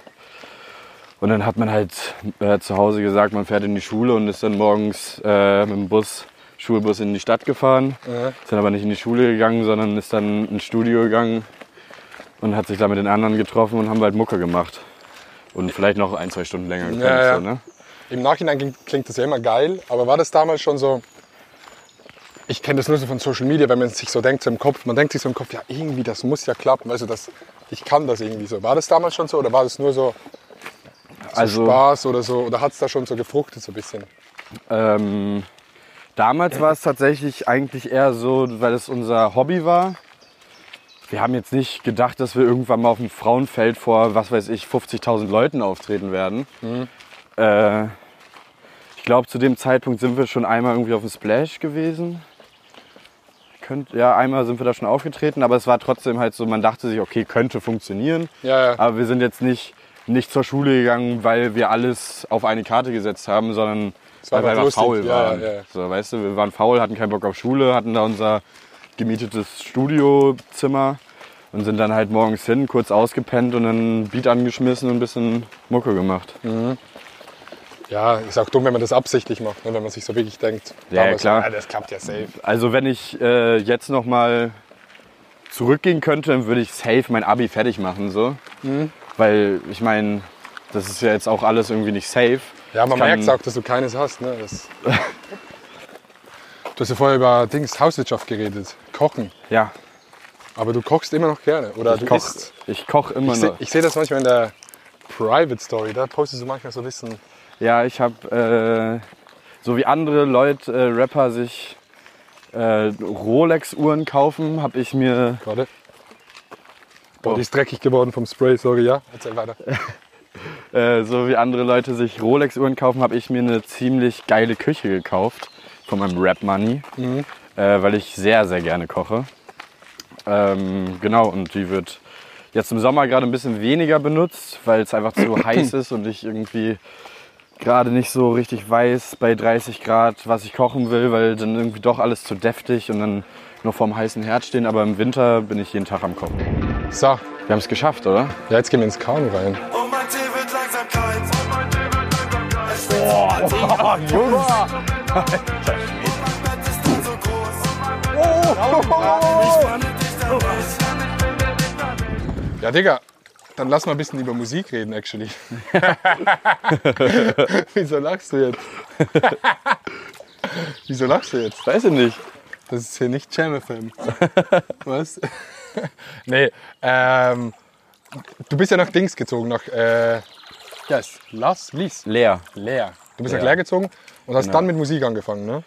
Und dann hat man halt äh, zu Hause gesagt, man fährt in die Schule und ist dann morgens äh, mit dem Bus, Schulbus in die Stadt gefahren. Ist dann aber nicht in die Schule gegangen, sondern ist dann ins Studio gegangen und hat sich da mit den anderen getroffen und haben halt Mucke gemacht. Und vielleicht noch ein, zwei Stunden länger gepennt. ja. So, ne? Im Nachhinein klingt, klingt das ja immer geil, aber war das damals schon so? Ich kenne das nur so von Social Media, wenn man sich so denkt, so im Kopf, man denkt sich so im Kopf, ja irgendwie, das muss ja klappen, weißt du, das, ich kann das irgendwie so. War das damals schon so oder war das nur so Also, Spaß oder so oder hat es da schon so gefruchtet so ein bisschen? Ähm, damals war es tatsächlich eigentlich eher so, weil es unser Hobby war. Wir haben jetzt nicht gedacht, dass wir irgendwann mal auf dem Frauenfeld vor, was weiß ich, 50.000 Leuten auftreten werden. Mhm. Äh, ich glaube, zu dem Zeitpunkt sind wir schon einmal irgendwie auf dem Splash gewesen. Könnt, ja, einmal sind wir da schon aufgetreten, aber es war trotzdem halt so, man dachte sich, okay, könnte funktionieren. Ja, ja. Aber wir sind jetzt nicht, nicht zur Schule gegangen, weil wir alles auf eine Karte gesetzt haben, sondern weil war wir einfach einfach faul lustig. Ja, waren. ja, ja. So, weißt du, wir waren faul, hatten keinen Bock auf Schule, hatten da unser gemietetes Studiozimmer und sind dann halt morgens hin, kurz ausgepennt und dann einen Beat angeschmissen und ein bisschen Mucke gemacht. Mhm. Ja, ist auch dumm, wenn man das absichtlich macht, ne? wenn man sich so wirklich denkt, Ja, damals, klar. ah, das klappt ja safe. Also wenn ich äh, jetzt noch mal zurückgehen könnte, dann würde ich safe mein Abi fertig machen, so. Mhm. Weil ich meine, das ist ja jetzt auch alles irgendwie nicht safe. Ja, man kann- merkt auch, dass du keines hast. Ne? Das du hast ja vorher über Dings, Hauswirtschaft geredet, Kochen. Ja, Aber du kochst immer noch gerne oder ich du koch, isst. ich koch immer Ich sehe noch. ich seh das manchmal in der Private Story, da postest du manchmal so ein bisschen. Ja, ich habe, äh, so wie andere Leute, äh, Rapper sich äh, Rolex-Uhren kaufen, habe ich mir Warte. Boah, die ist dreckig geworden vom Spray, sorry, ja? Erzähl weiter. äh, so wie andere Leute sich Rolex-Uhren kaufen, habe ich mir eine ziemlich geile Küche gekauft von meinem Rap-Money, Mhm. äh, weil ich sehr, sehr gerne koche. Ähm, genau, und die wird jetzt im Sommer gerade ein bisschen weniger benutzt, weil es einfach (clears throat) zu heiß ist und ich irgendwie gerade nicht so richtig weiß bei 30 Grad, was ich kochen will, weil dann irgendwie doch alles zu deftig und dann noch vorm heißen Herd stehen. Aber im Winter bin ich jeden Tag am Kochen. So, Wir haben es geschafft, oder? ja, jetzt gehen wir ins Kanu rein. Und mein Tee wird langsam kalt. Es wird mein Bett ist dann so groß. Ich finde dich da nicht. Ja, Digga, dann lass mal ein bisschen über Musik (laughs) reden, actually. Wieso lachst du jetzt? (laughs) Wieso lachst du jetzt? Weiß ich nicht. Das ist hier nicht Jam-FM. Was? (laughs) nee, ähm, du bist ja nach Dings gezogen, nach, äh, yes, Las, Lies, Leer. Leer. Du bist nach Leer. Leer gezogen und hast dann mit Musik angefangen, ne?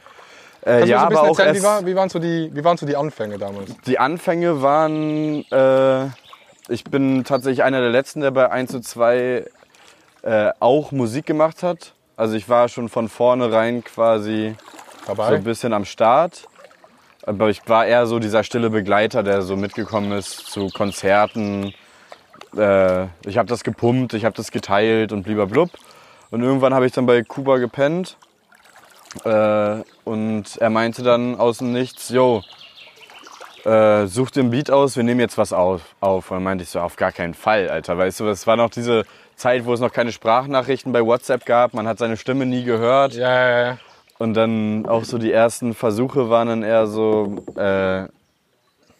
Äh, Kannst ja, du mir aber so ein auch bisschen erzählen, wie, erst- war, wie, waren so die, wie waren so die Anfänge damals? Die Anfänge waren, äh, ich bin tatsächlich einer der Letzten, der bei 1 zu 2 äh, auch Musik gemacht hat. Also ich war schon von vornherein quasi so Dabei. ein bisschen am Start. Aber ich war eher so dieser stille Begleiter, der so mitgekommen ist zu Konzerten. Äh, ich habe das gepumpt, ich habe das geteilt und blub. Und irgendwann habe ich dann bei Kuba gepennt. Äh, und er meinte dann aus dem Nichts, yo, äh, such dir einen Beat aus, wir nehmen jetzt was auf. auf. Und dann meinte ich so, auf gar keinen Fall, Alter. Weißt du, es war noch diese Zeit, wo es noch keine Sprachnachrichten bei WhatsApp gab. Man hat seine Stimme nie gehört. Ja, ja, ja. Und dann auch so die ersten Versuche waren dann eher so, äh,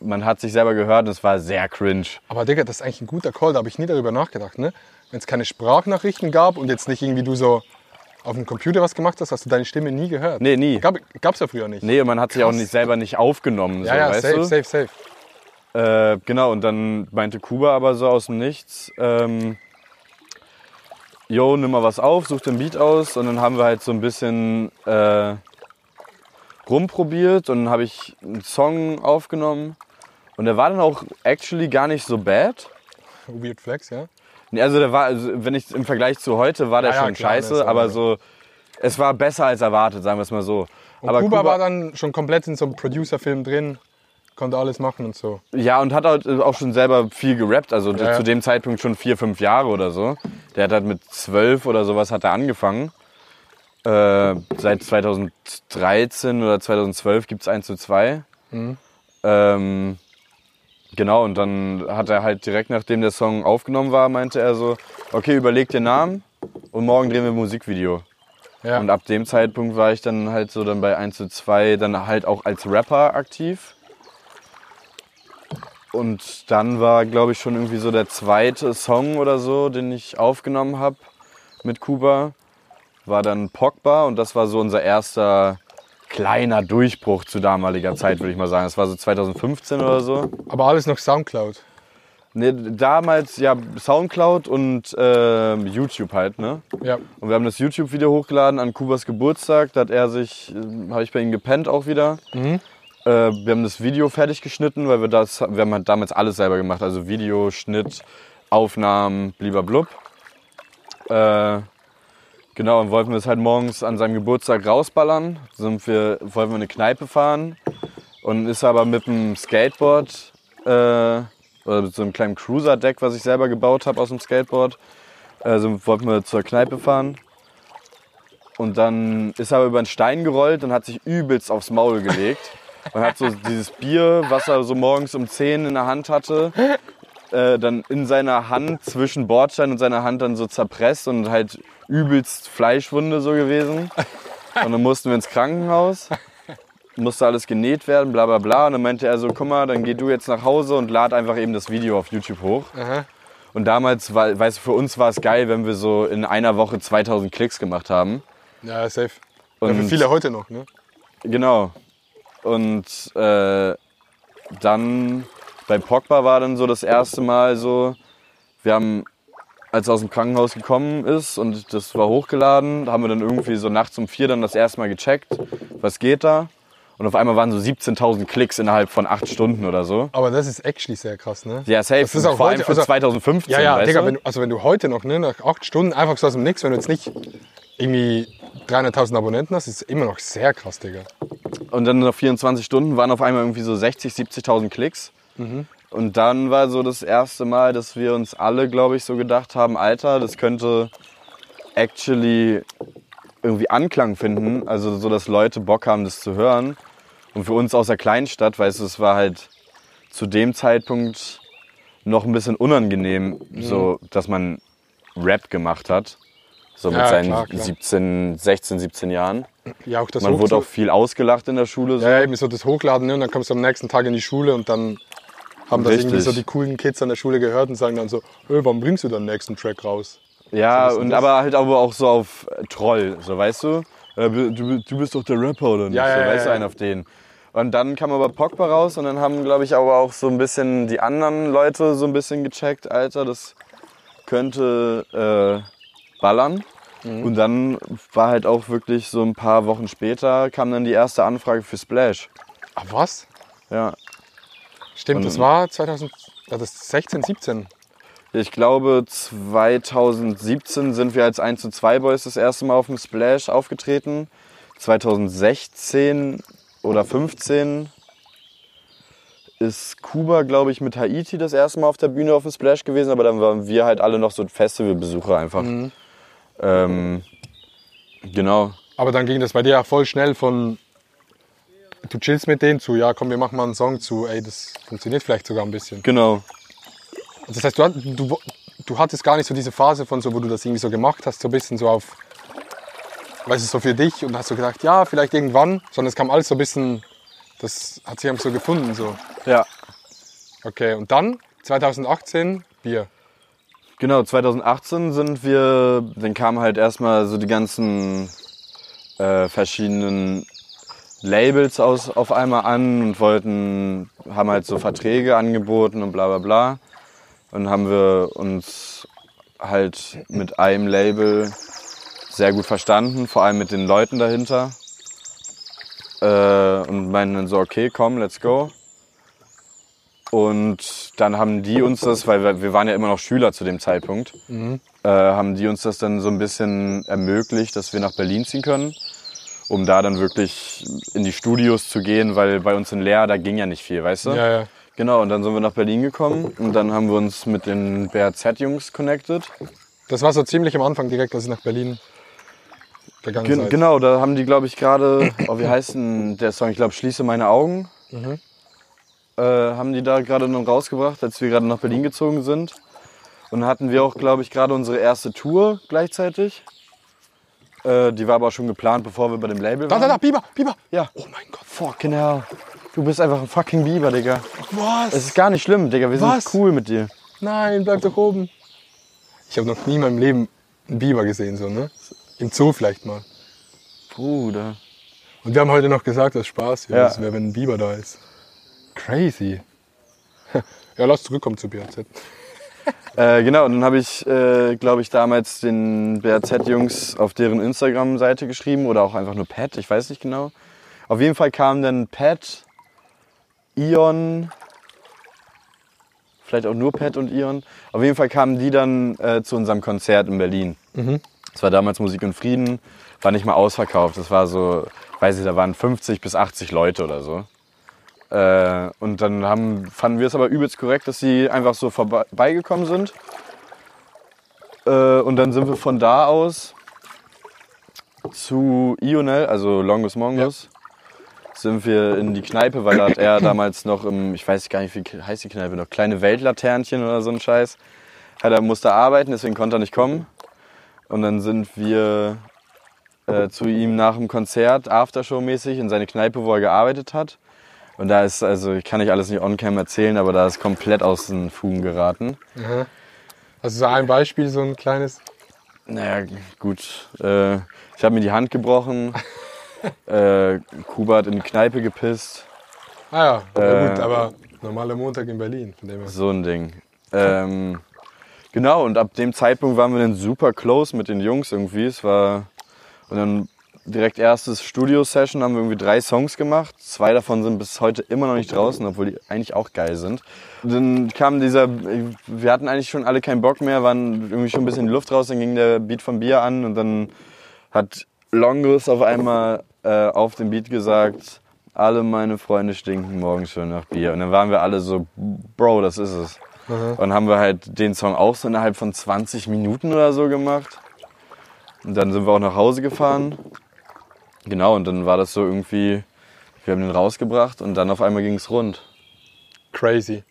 man hat sich selber gehört und es war sehr cringe. Aber Digga, das ist eigentlich ein guter Call, da habe ich nie darüber nachgedacht. Ne? Wenn es keine Sprachnachrichten gab und jetzt nicht irgendwie du so auf dem Computer was gemacht hast, hast du deine Stimme nie gehört. Nee, nie. Gab es ja früher nicht. Nee, und man hat sich auch Krass. nicht selber nicht aufgenommen, so, ja, ja, weißt safe, du? safe, safe. Äh, genau, und dann meinte Kuba aber so aus dem Nichts, ähm, yo, nimm mal was auf, such den Beat aus. Und dann haben wir halt so ein bisschen äh, rumprobiert und dann habe ich einen Song aufgenommen. Und der war dann auch actually gar nicht so bad. Weird Flex, ja. Nee, also der war, also wenn ich im Vergleich zu heute war der Ja, ja, schon klar, das ist scheiße, aber- aber so, es war besser als erwartet, sagen wir es mal so. Und Kuba, war dann schon komplett in so einem Producer-Film drin, konnte alles machen und so. Ja, und hat halt auch schon selber viel gerappt, also Ja, ja. zu dem Zeitpunkt schon vier, fünf Jahre oder so. Der hat halt mit zwölf oder sowas hat er angefangen. Äh, seit 2013 oder 2012 gibt's 1 zu 2. Mhm. Ähm, genau, und dann hat er halt direkt nachdem der Song aufgenommen war, meinte er so, okay, überleg den Namen und morgen drehen wir ein Musikvideo. Ja. Und ab dem Zeitpunkt war ich dann halt so dann bei 1 zu 2 dann halt auch als Rapper aktiv. Und dann war, glaube ich, schon irgendwie so der zweite Song oder so, den ich aufgenommen habe mit Kuba, war dann Pogba und das war so unser erster kleiner Durchbruch zu damaliger Zeit, würde ich mal sagen. Das war so 2015 oder so. Aber alles noch Soundcloud. Nee, damals ja Soundcloud und ähm, YouTube halt, ne? Ja. Und wir haben das YouTube-Video hochgeladen an Kubas Geburtstag. Da hat er sich, ähm, habe ich bei ihm gepennt auch wieder. Äh, wir haben das Video fertig geschnitten, weil wir das, wir haben halt damals alles selber gemacht. Also Video, Schnitt, Aufnahmen, blub. Äh, genau, und wollten wir es halt morgens an seinem Geburtstag rausballern. Sind wir, wollten wir in eine Kneipe fahren. Und ist aber mit einem Skateboard, äh, oder mit so einem kleinen Cruiser-Deck, was ich selber gebaut habe aus dem Skateboard, also wollten wir zur Kneipe fahren. Und dann ist er aber über einen Stein gerollt und hat sich übelst aufs Maul gelegt. Und hat so dieses Bier, was er so morgens um 10 in der Hand hatte, äh, dann in seiner Hand zwischen Bordstein und seiner Hand dann so zerpresst und halt übelst Fleischwunde so gewesen. Und dann mussten wir ins Krankenhaus, musste alles genäht werden, bla bla bla. Und dann meinte er so, guck mal, dann geh du jetzt nach Hause und lad einfach eben das Video auf YouTube hoch. Und damals, war, weißt du, für uns war es geil, wenn wir so in einer Woche 2000 Klicks gemacht haben. Ja, safe. ja, Und- für viele heute noch, ne? Genau. Und äh, dann bei Pogba war dann so das erste Mal so, wir haben, als er aus dem Krankenhaus gekommen ist und das war hochgeladen, haben wir dann irgendwie so nachts um vier dann das erste Mal gecheckt, was geht da. Und auf einmal waren so 17.000 Klicks innerhalb von acht Stunden oder so. Aber das ist actually sehr krass, ne? Ja, safe. Das ist auch vor heute, allem für also- 2015. Ja, ja, weißt Digga, du? wenn, du- also wenn du heute noch, ne, nach acht Stunden einfach so aus dem Nix, wenn du jetzt nicht irgendwie 300.000 Abonnenten hast, ist es immer noch sehr krass, Digga. Und dann nach 24 Stunden waren auf einmal irgendwie so 60, 70.000 Klicks. Und dann war so das erste Mal, dass wir uns alle, glaube ich, so gedacht haben, Alter, das könnte actually irgendwie Anklang finden. Also so, dass Leute Bock haben, das zu hören. Und für uns aus der Kleinstadt, weißt du, es war halt zu dem Zeitpunkt noch ein bisschen unangenehm, Mhm. so, dass man Rap gemacht hat. So mit Ja, seinen klar, klar. 17, 16, 17 Jahren. Ja, auch das Man wurde Hochzu- auch viel ausgelacht in der Schule. So. Ja, ja, eben so das Hochladen, ne, und dann kommst du am nächsten Tag in die Schule und dann haben das Richtig. irgendwie so die coolen Kids an der Schule gehört und sagen dann so, "Ö, warum bringst du deinen nächsten Track raus? Ja, So ein bisschen und das. aber halt aber auch so auf äh, Troll, so weißt du? Äh, Du, du du bist doch der Rapper oder nicht? Ja, ja, so, ja, weißt du, ja. einen auf den. Und dann kam aber Pogba raus und dann haben, glaube ich, aber auch so ein bisschen die anderen Leute so ein bisschen gecheckt, Alter, das könnte äh, ballern. Mhm. Und dann war halt auch wirklich so ein paar Wochen später kam dann die erste Anfrage für Splash. Ah, was? Ja, Stimmt, das war 2000, ah, das ist 16, 17. Ich glaube, 2017 sind wir als 1 zu 2 Boys das erste Mal auf dem Splash aufgetreten. 2016 oder 15 ist Kuba, glaube ich, mit Haiti das erste Mal auf der Bühne auf dem Splash gewesen, aber dann waren wir halt alle noch so Festivalbesucher einfach. Ähm, genau. Aber dann ging das bei dir ja voll schnell von du chillst mit denen zu, ja komm, wir machen mal einen Song zu, ey, das funktioniert vielleicht sogar ein bisschen. Genau. Das heißt, du, hat- du, wo- du hattest gar nicht so diese Phase von so, wo du das irgendwie so gemacht hast, so ein bisschen so auf, weißt du, so für dich und hast so gedacht, ja, vielleicht irgendwann, sondern es kam alles so ein bisschen, das hat sich einfach so gefunden, so. Ja. Okay, und dann 2018 Bier. Genau, 2018 sind wir, dann kamen halt erstmal so die ganzen äh, verschiedenen Labels aus, auf einmal an und wollten, haben halt so Verträge angeboten und bla bla bla. Und haben wir uns halt mit einem Label sehr gut verstanden, vor allem mit den Leuten dahinter. Äh, und meinten dann so, okay, komm, let's go. Und dann haben die uns das, weil wir, wir waren ja immer noch Schüler zu dem Zeitpunkt, Mhm. äh, haben die uns das dann so ein bisschen ermöglicht, dass wir nach Berlin ziehen können, um da dann wirklich in die Studios zu gehen, weil bei uns in Leer, da ging ja nicht viel, weißt du? Ja, ja. Genau, und dann sind wir nach Berlin gekommen und dann haben wir uns mit den BRZ-Jungs connected. Das war so ziemlich am Anfang direkt, als ich nach Berlin gegangen Gen seid. Genau, da haben die, glaube ich, gerade, oh, wie heißt denn der Song? Ich glaube, Schließe meine Augen. Mhm. Äh, haben die da gerade noch rausgebracht, als wir gerade nach Berlin gezogen sind. Und hatten wir auch, glaube ich, gerade unsere erste Tour gleichzeitig. Äh, die war aber schon geplant, bevor wir bei dem Label Da, waren. da, da, Biber, Biber. Ja. Oh mein Gott, Fucking hell. Du bist einfach ein fucking Biber, Digga. was? Es ist gar nicht schlimm, Digga. Wir sind Was? cool mit dir. Nein, bleib doch oben. Ich habe noch nie in meinem Leben einen Biber gesehen, so, ne? Im Zoo vielleicht mal. Bruder. Und wir haben heute noch gesagt, dass Spaß hier Ja. ist, wenn ein Biber da ist. Crazy. (laughs) Ja, lass zurückkommen zu BRZ. Äh, genau, und dann habe ich, äh, glaube ich, damals den BRZ-Jungs auf deren Instagram-Seite geschrieben oder auch einfach nur Pat, ich weiß nicht genau. Auf jeden Fall kamen dann Pat, Ion, vielleicht auch nur Pat und Ion. Auf jeden Fall kamen die dann äh, zu unserem Konzert in Berlin. Das war damals Musik und Frieden, war nicht mal ausverkauft. Das war so, weiß ich, da waren 50 bis 80 Leute oder so. Äh, und dann haben, fanden wir es aber übelst korrekt, dass sie einfach so vorbe- vorbeigekommen sind. Äh, und dann sind wir von da aus zu Ionel, also Longus Mongus, sind wir in die Kneipe, weil da hat er damals noch im, ich weiß gar nicht, wie heißt die Kneipe noch, kleine Weltlaternchen oder so ein Scheiß. Hat er musste arbeiten, deswegen konnte er nicht kommen. Und dann sind wir äh, zu ihm nach dem Konzert, Aftershow-mäßig, in seine Kneipe, wo er gearbeitet hat. Und da ist, also kann ich alles nicht on-cam erzählen, aber da ist komplett aus den Fugen geraten. Also so ein Beispiel, so ein kleines. Naja, gut. Äh, ich habe mir die Hand gebrochen. äh, Kuba hat in die Kneipe gepisst. Ah ja, Äh. ja gut, aber normaler Montag in Berlin, von dem her. So ein Ding. Ähm, genau, und ab dem Zeitpunkt waren wir dann super close mit den Jungs irgendwie. Es war. Und dann direkt erstes Studio-Session haben wir irgendwie drei Songs gemacht. Zwei davon sind bis heute immer noch nicht draußen, obwohl die eigentlich auch geil sind. Und dann kam dieser. Wir hatten eigentlich schon alle keinen Bock mehr, waren irgendwie schon ein bisschen Luft raus, dann ging der Beat von Bier an und dann hat Longus auf einmal äh, auf dem Beat gesagt, alle meine Freunde stinken morgen schon nach Bier. Und dann waren wir alle so, Bro, das ist es. Und haben wir halt den Song auch so innerhalb von 20 Minuten oder so gemacht. Und dann sind wir auch nach Hause gefahren. Genau, und dann war das so irgendwie, wir haben den rausgebracht und dann auf einmal ging es rund. Crazy.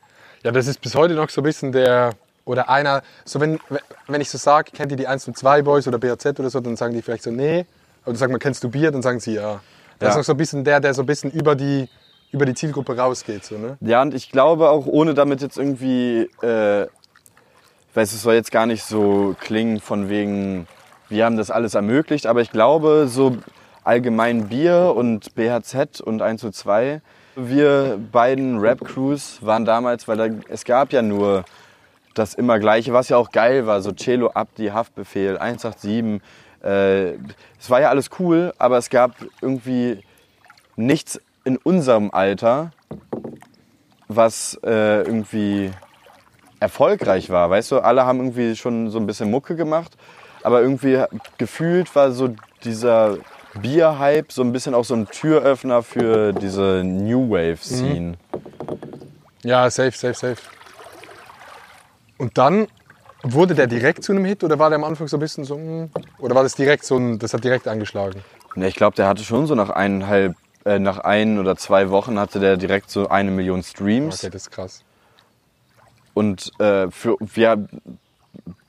Ja, das ist bis heute noch so ein bisschen der. Oder einer, so wenn, wenn ich so sage, kennt ihr die 1 und 2 Boys oder BRZ oder so, dann sagen die vielleicht so, nee. Aber du sagst mal, kennst du Bier? Dann sagen sie ja. Das Ja. ist noch so ein bisschen der, der so ein bisschen über die, über die Zielgruppe rausgeht. So, ne? Ja, und ich glaube auch, ohne damit jetzt irgendwie, äh, ich weiß, es soll jetzt gar nicht so klingen von wegen, wir haben das alles ermöglicht, aber ich glaube, so allgemein Bier und BHZ und 1 zu 2, wir beiden Rap-Crews waren damals, weil da, es gab ja nur das immer gleiche, was ja auch geil war, so Cello Abdi, Haftbefehl, 187, äh, es war ja alles cool, aber es gab irgendwie nichts in unserem Alter, was äh, irgendwie erfolgreich war. Weißt du, alle haben irgendwie schon so ein bisschen Mucke gemacht, aber irgendwie gefühlt war so dieser Bierhype so ein bisschen auch so ein Türöffner für diese New Wave Scene. Ja, safe, safe, safe. Und dann wurde der direkt zu einem Hit oder war der am Anfang so ein bisschen so, hm, oder war das direkt so ein, das hat direkt eingeschlagen? Ne, ich glaube, der hatte schon so nach eineinhalb, äh, nach ein oder zwei Wochen hatte der direkt so eine Million Streams. Okay, das ist krass. Und äh, für, ja,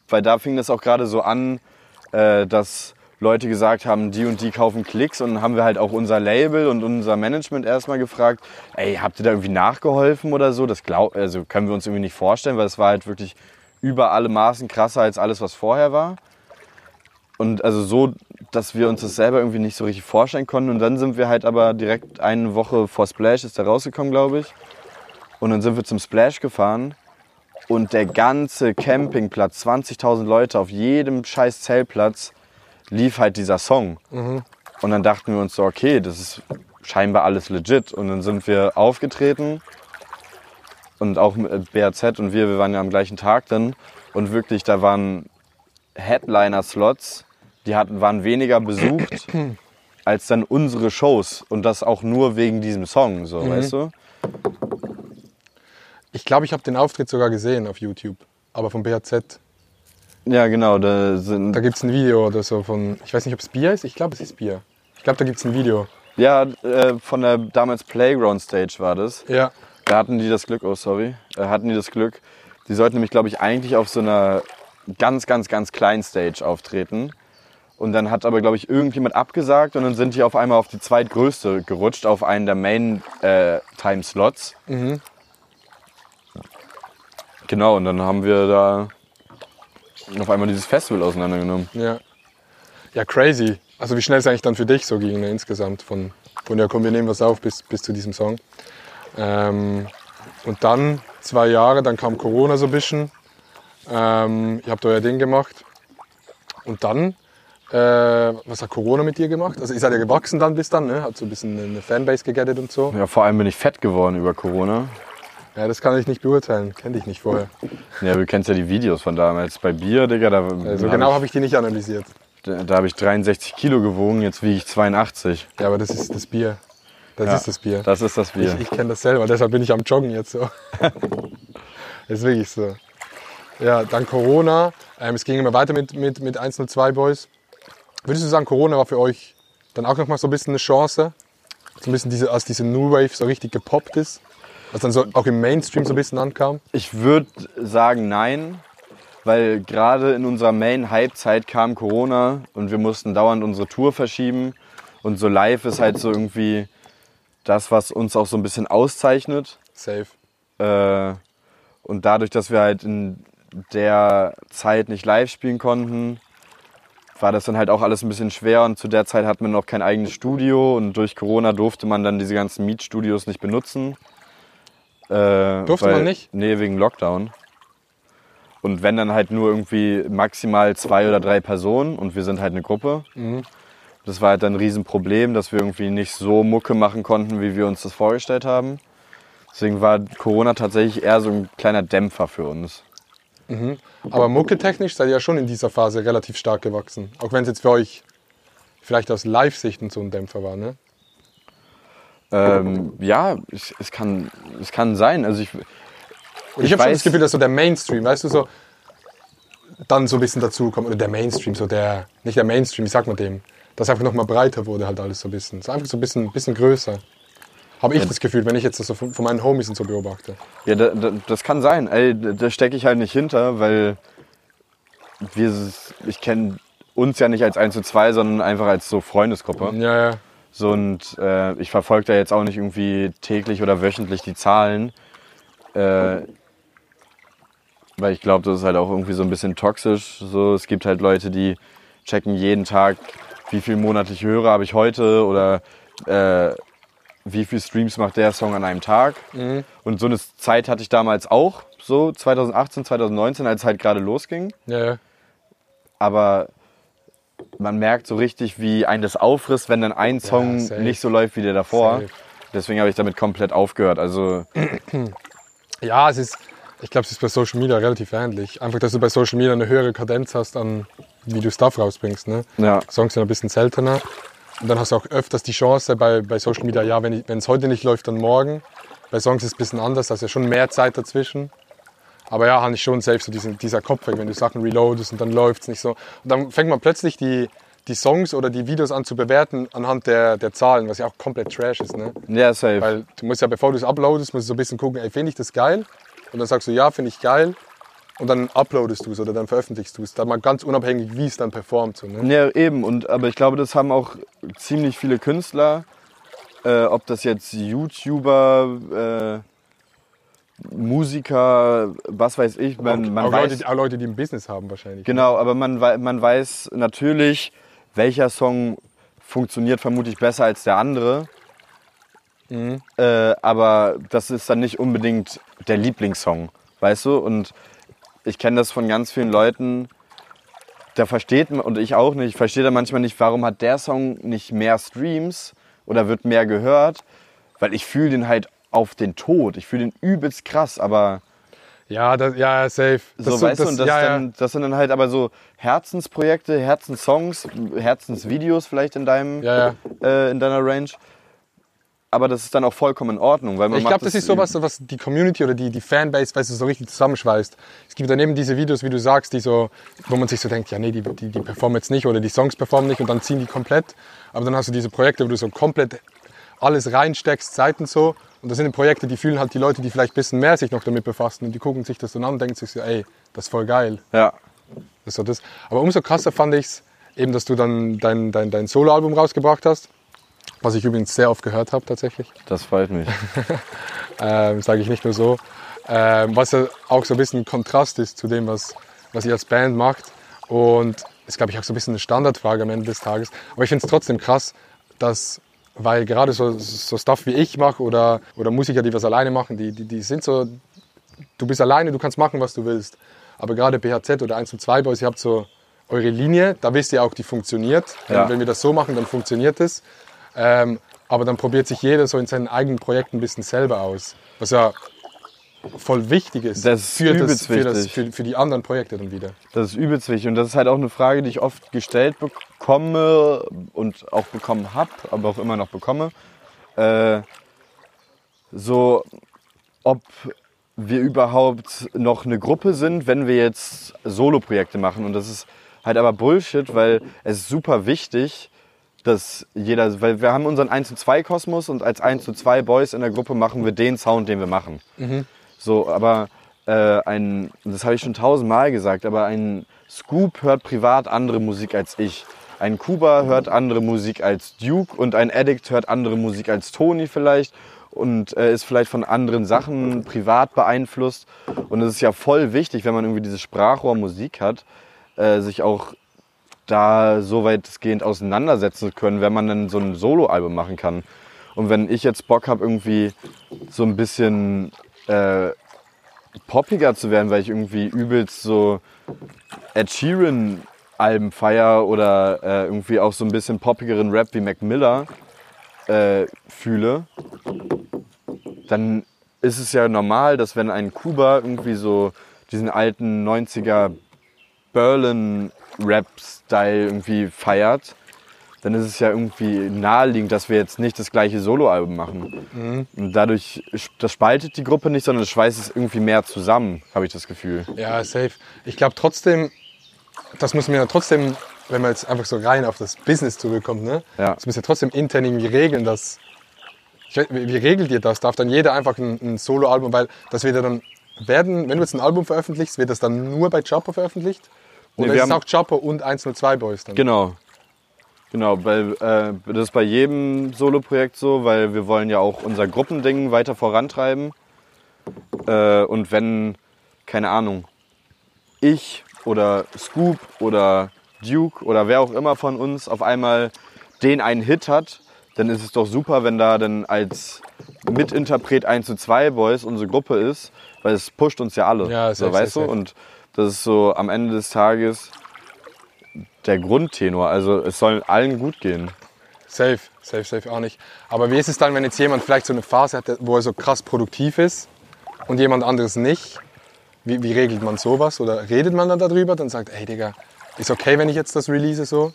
weil da fing das auch gerade so an, äh, dass Leute gesagt haben, die und die kaufen Klicks und dann haben wir halt auch unser Label und unser Management erstmal gefragt, ey, habt ihr da irgendwie nachgeholfen oder so? Das glaub, also können wir uns irgendwie nicht vorstellen, weil es war halt wirklich über alle Maßen krasser als alles, was vorher war. Und also so, dass wir uns das selber irgendwie nicht so richtig vorstellen konnten. Und dann sind wir halt aber direkt eine Woche vor Splash, ist da rausgekommen, glaube ich. Und dann sind wir zum Splash gefahren und der ganze Campingplatz, 20.000 Leute auf jedem scheiß Zeltplatz, lief halt dieser Song. Und dann dachten wir uns so, okay, das ist scheinbar alles legit. Und dann sind wir aufgetreten und auch mit äh, BAZ und wir, wir waren ja am gleichen Tag dann. Und wirklich, da waren Headliner-Slots, die hatten, waren weniger besucht als dann unsere Shows. Und das auch nur wegen diesem Song, so, weißt du? Ich glaube, ich habe den Auftritt sogar gesehen auf YouTube, aber vom BHZ. Ja, genau, da sind Da gibt es ein Video oder so von, ich weiß nicht, ob es Bier ist, ich glaube, es ist Bier. Ich glaube, da gibt es ein Video. Ja, äh, von der damals Playground Stage war das. Ja. Da hatten die das Glück, oh sorry, äh, hatten die das Glück. Die sollten nämlich, glaube ich, eigentlich auf so einer ganz, ganz, ganz kleinen Stage auftreten. Und dann hat aber, glaube ich, irgendjemand abgesagt und dann sind die auf einmal auf die zweitgrößte gerutscht, auf einen der äh, Main-Time-Slots. Genau, und dann haben wir da auf einmal dieses Festival auseinandergenommen. Ja. Ja, crazy. Also wie schnell es eigentlich dann für dich so ging ne, insgesamt von, von ja komm, wir nehmen was auf bis, bis zu diesem Song. Ähm, und dann zwei Jahre, dann kam Corona so ein bisschen. Ähm, ihr habt euer Ding gemacht. Und dann, äh, was hat Corona mit dir gemacht? Also ihr seid ja gewachsen dann bis dann, ne? Habt so ein bisschen eine Fanbase gegettet und so. Ja, vor allem bin ich fett geworden über Corona. Ja, das kann ich nicht beurteilen. Kenn dich nicht vorher. Ja, du kennst ja die Videos von damals. Bei Bier, Digga, da, Also da genau hab habe ich die nicht analysiert. ich, da hab ich 63 Kilo gewogen, jetzt wiege ich 82. Ja, aber das ist das Bier. Das Ja, ist das Bier. Das ist das Bier. Ich, ich kenne das selber, deshalb bin ich am Joggen jetzt so. ist wirklich so. Ja, dann Corona. Ähm, es ging immer weiter mit, mit, mit 102 Boys. Würdest du sagen, Corona war für euch dann auch nochmal so ein bisschen eine Chance? So ein bisschen diese, als diese New Wave so richtig gepoppt ist? Als dann so auch im Mainstream so ein bisschen ankam? Ich würde sagen nein, weil gerade in unserer Main-Hype-Zeit kam Corona und wir mussten dauernd unsere Tour verschieben. Und so live ist halt so irgendwie das, was uns auch so ein bisschen auszeichnet. Safe. Äh, und dadurch, dass wir halt in der Zeit nicht live spielen konnten, war das dann halt auch alles ein bisschen schwer. Und zu der Zeit hat man noch kein eigenes Studio und durch Corona durfte man dann diese ganzen Mietstudios nicht benutzen. Äh, Durfte man nicht? Nee, wegen Lockdown. Und wenn dann halt nur irgendwie maximal zwei oder drei Personen und wir sind halt eine Gruppe. Mhm. Das war halt dann ein Riesenproblem, dass wir irgendwie nicht so Mucke machen konnten, wie wir uns das vorgestellt haben. Deswegen war Corona tatsächlich eher so ein kleiner Dämpfer für uns. Aber mucketechnisch seid ihr ja schon in dieser Phase relativ stark gewachsen. Auch wenn es jetzt für euch vielleicht aus Live-Sicht und so ein Dämpfer war, ne? Ähm, ja, es, es, kann, es kann sein. Also ich, Ich, habe schon weiß- das Gefühl, dass so der Mainstream, weißt du, so dann so ein bisschen dazukommt. Oder der Mainstream, so der, nicht der Mainstream, wie sagt man dem? Dass einfach nochmal breiter wurde halt alles so ein bisschen. So einfach so ein bisschen, bisschen größer. Habe ich das Gefühl, wenn ich jetzt das so von, von meinen Homies und so beobachte. ja, da, da, das kann sein. Ey, da- da stecke ich halt nicht hinter, weil wir, s- ich kenne uns ja nicht als 1 zu 2, sondern einfach als so Freundesgruppe. Ja, ja. So, und äh, ich verfolge da jetzt auch nicht irgendwie täglich oder wöchentlich die Zahlen. Äh, weil ich glaube, das ist halt auch irgendwie so ein bisschen toxisch. So, es gibt halt Leute, die checken jeden Tag, wie viel monatliche Hörer habe ich heute oder äh, wie viel Streams macht der Song an einem Tag. Und so eine Zeit hatte ich damals auch, so 2018, 2019, als es halt gerade losging ja, ja. aber man merkt so richtig, wie einen das aufrisst, wenn dann ein Song safe. nicht so läuft wie der davor. Safe. Deswegen habe ich damit komplett aufgehört. Also Ja, es ist, Ich glaube, es ist bei Social Media relativ ähnlich. Einfach, dass du bei Social Media eine höhere Kadenz hast, an wie du Stuff rausbringst. Ne? Ja. Songs sind ein bisschen seltener. Und dann hast du auch öfters die Chance bei, bei Social Media, ja, wenn es heute nicht läuft, dann morgen. Bei Songs ist es ein bisschen anders, da ist ja schon mehr Zeit dazwischen. Aber ja, habe ich schon safe so diesen, dieser Kopf weg, wenn du Sachen reloadest und dann läuft es nicht so. Und dann fängt man plötzlich die, die Songs oder die Videos an zu bewerten anhand der, der Zahlen, was ja auch komplett Trash ist. Ne? Ja, safe. Weil du musst ja, bevor du es uploadest, musst du so ein bisschen gucken, ey, finde ich das geil? Und dann sagst du, ja, finde ich geil. Und dann uploadest du es oder dann veröffentlichst du es. Dann mal ganz unabhängig, wie es dann performt. So, ne? Ja, eben. Und, aber ich glaube, das haben auch ziemlich viele Künstler, äh, ob das jetzt YouTuber, äh, Musiker, was weiß ich. Man, man auch, weiß, Leute, oh die- auch Leute, die ein Business haben wahrscheinlich. ne? Genau, aber man, wei- man weiß natürlich, welcher Song funktioniert vermutlich besser als der andere. Äh, aber das ist dann nicht unbedingt der Lieblingssong, weißt du? Und ich kenne das von ganz vielen Leuten, da versteht man, und ich auch nicht, verstehe da manchmal nicht, warum hat der Song nicht mehr Streams oder wird mehr gehört, weil ich fühle den halt auf den Tod, ich fühle den übelst krass, aber Ja, das, ja, safe. so, Das- weißt du, das- und das, ja, ja. dann, das sind dann halt aber so Herzensprojekte, Herzenssongs, Herzensvideos vielleicht in deinem, Ja, Äh, in deiner Range. Aber das ist dann auch vollkommen in Ordnung, weil man Ich macht glaube, das ist sowas, was die Community oder die, die Fanbase, weißt du, so richtig zusammenschweißt. Es gibt daneben diese Videos, wie du sagst, die so, wo man sich so denkt, ja nee, die, die, die performen jetzt nicht oder die Songs performen nicht und dann ziehen die komplett. Aber dann hast du diese Projekte, wo du so komplett alles reinsteckst, Seiten so. Und das sind die Projekte, die fühlen halt die Leute, die vielleicht ein bisschen mehr sich noch damit befassen und die gucken sich das dann an und denken sich so, ey, das ist voll geil. Ja, Das ist so das. Aber umso krasser fand ich es, eben, dass du dann dein, dein, dein Soloalbum rausgebracht hast, was ich übrigens sehr oft gehört habe tatsächlich das freut mich. ähm, sage ich nicht nur so, ähm, was ja auch so ein bisschen Kontrast ist zu dem, was, was ihr als Band macht. Und ist, glaube ich, auch so ein bisschen eine Standardfrage am Ende des Tages. Aber ich finde es trotzdem krass, dass, weil gerade so, so Stuff wie ich mache oder, oder Musiker, die was alleine machen, die, die, die sind so, du bist alleine, du kannst machen, was du willst. Aber gerade BHZ oder 1 und 2 Boys, ihr habt so eure Linie, da wisst ihr auch, die funktioniert. Ja. Wenn wir das so machen, dann funktioniert es. Ähm, aber dann probiert sich jeder so in seinen eigenen Projekten ein bisschen selber aus. Was ja voll wichtig ist, Das ist für, das, übelst für, das, wichtig. für, für die anderen Projekte dann wieder. Das ist übelst wichtig und das ist halt auch eine Frage, die ich oft gestellt bekomme und auch bekommen habe, aber auch immer noch bekomme. Äh, so, ob wir überhaupt noch eine Gruppe sind, wenn wir jetzt Solo-Projekte machen. Und das ist halt aber Bullshit, weil es ist super wichtig, dass jeder, weil wir haben unseren 1 zu 2 Kosmos und als 1 zu 2 Boys in der Gruppe machen wir den Sound, den wir machen. So, aber äh, ein, das habe ich schon tausendmal gesagt, aber ein Scoop hört privat andere Musik als ich. Ein Kuba hört andere Musik als Duke und ein Addict hört andere Musik als Tony vielleicht und äh, ist vielleicht von anderen Sachen privat beeinflusst. Und es ist ja voll wichtig, wenn man irgendwie dieses Sprachrohr Musik hat, äh, sich auch da so weitgehend auseinandersetzen zu können, wenn man dann so ein Soloalbum machen kann. Und wenn ich jetzt Bock habe, irgendwie so ein bisschen äh, poppiger zu werden, weil ich irgendwie übelst so Ed Sheeran Alben feier oder äh, irgendwie auch so ein bisschen poppigeren Rap wie Mac Miller äh, fühle, dann ist es ja normal, dass wenn ein Kuba irgendwie so diesen alten 90er Berlin Rap Style irgendwie feiert, dann ist es ja irgendwie naheliegend, dass wir jetzt nicht das gleiche Soloalbum machen. Und dadurch, das spaltet die Gruppe nicht, sondern das schweißt es irgendwie mehr zusammen, habe ich das Gefühl. Ja, safe. Ich glaube trotzdem, das muss man ja trotzdem, wenn man jetzt einfach so rein auf das Business zurückkommt, ne? Ja. Das müssen ja trotzdem intern irgendwie regeln, dass. Ich weiß, wie wie regelt ihr das? Darf dann jeder einfach ein, ein Soloalbum, weil das wird ja dann werden, wenn du jetzt ein Album veröffentlichst, wird das dann nur bei Chapo veröffentlicht? Oder wir ist es haben- auch Chapo und 102 Boys dann? Genau. Genau, weil äh, das ist bei jedem Solo-Projekt so, weil wir wollen ja auch unser Gruppending weiter vorantreiben. Äh, und wenn, keine Ahnung, ich oder Scoop oder Duke oder wer auch immer von uns auf einmal den einen Hit hat, dann ist es doch super, wenn da dann als Mitinterpret 1 zu 2 Boys unsere Gruppe ist, weil es pusht uns ja alle. Ja, so, safe, weißt safe, du? safe. Und das ist so am Ende des Tages der Grundtenor. Also es soll allen gut gehen. Safe, safe, safe auch nicht. Aber wie ist es dann, wenn jetzt jemand vielleicht so eine Phase hat, wo er so krass produktiv ist und jemand anderes nicht? Wie, wie regelt man sowas? Oder redet man dann darüber? Dann sagt, ey Digga, ist okay, wenn ich jetzt das release so?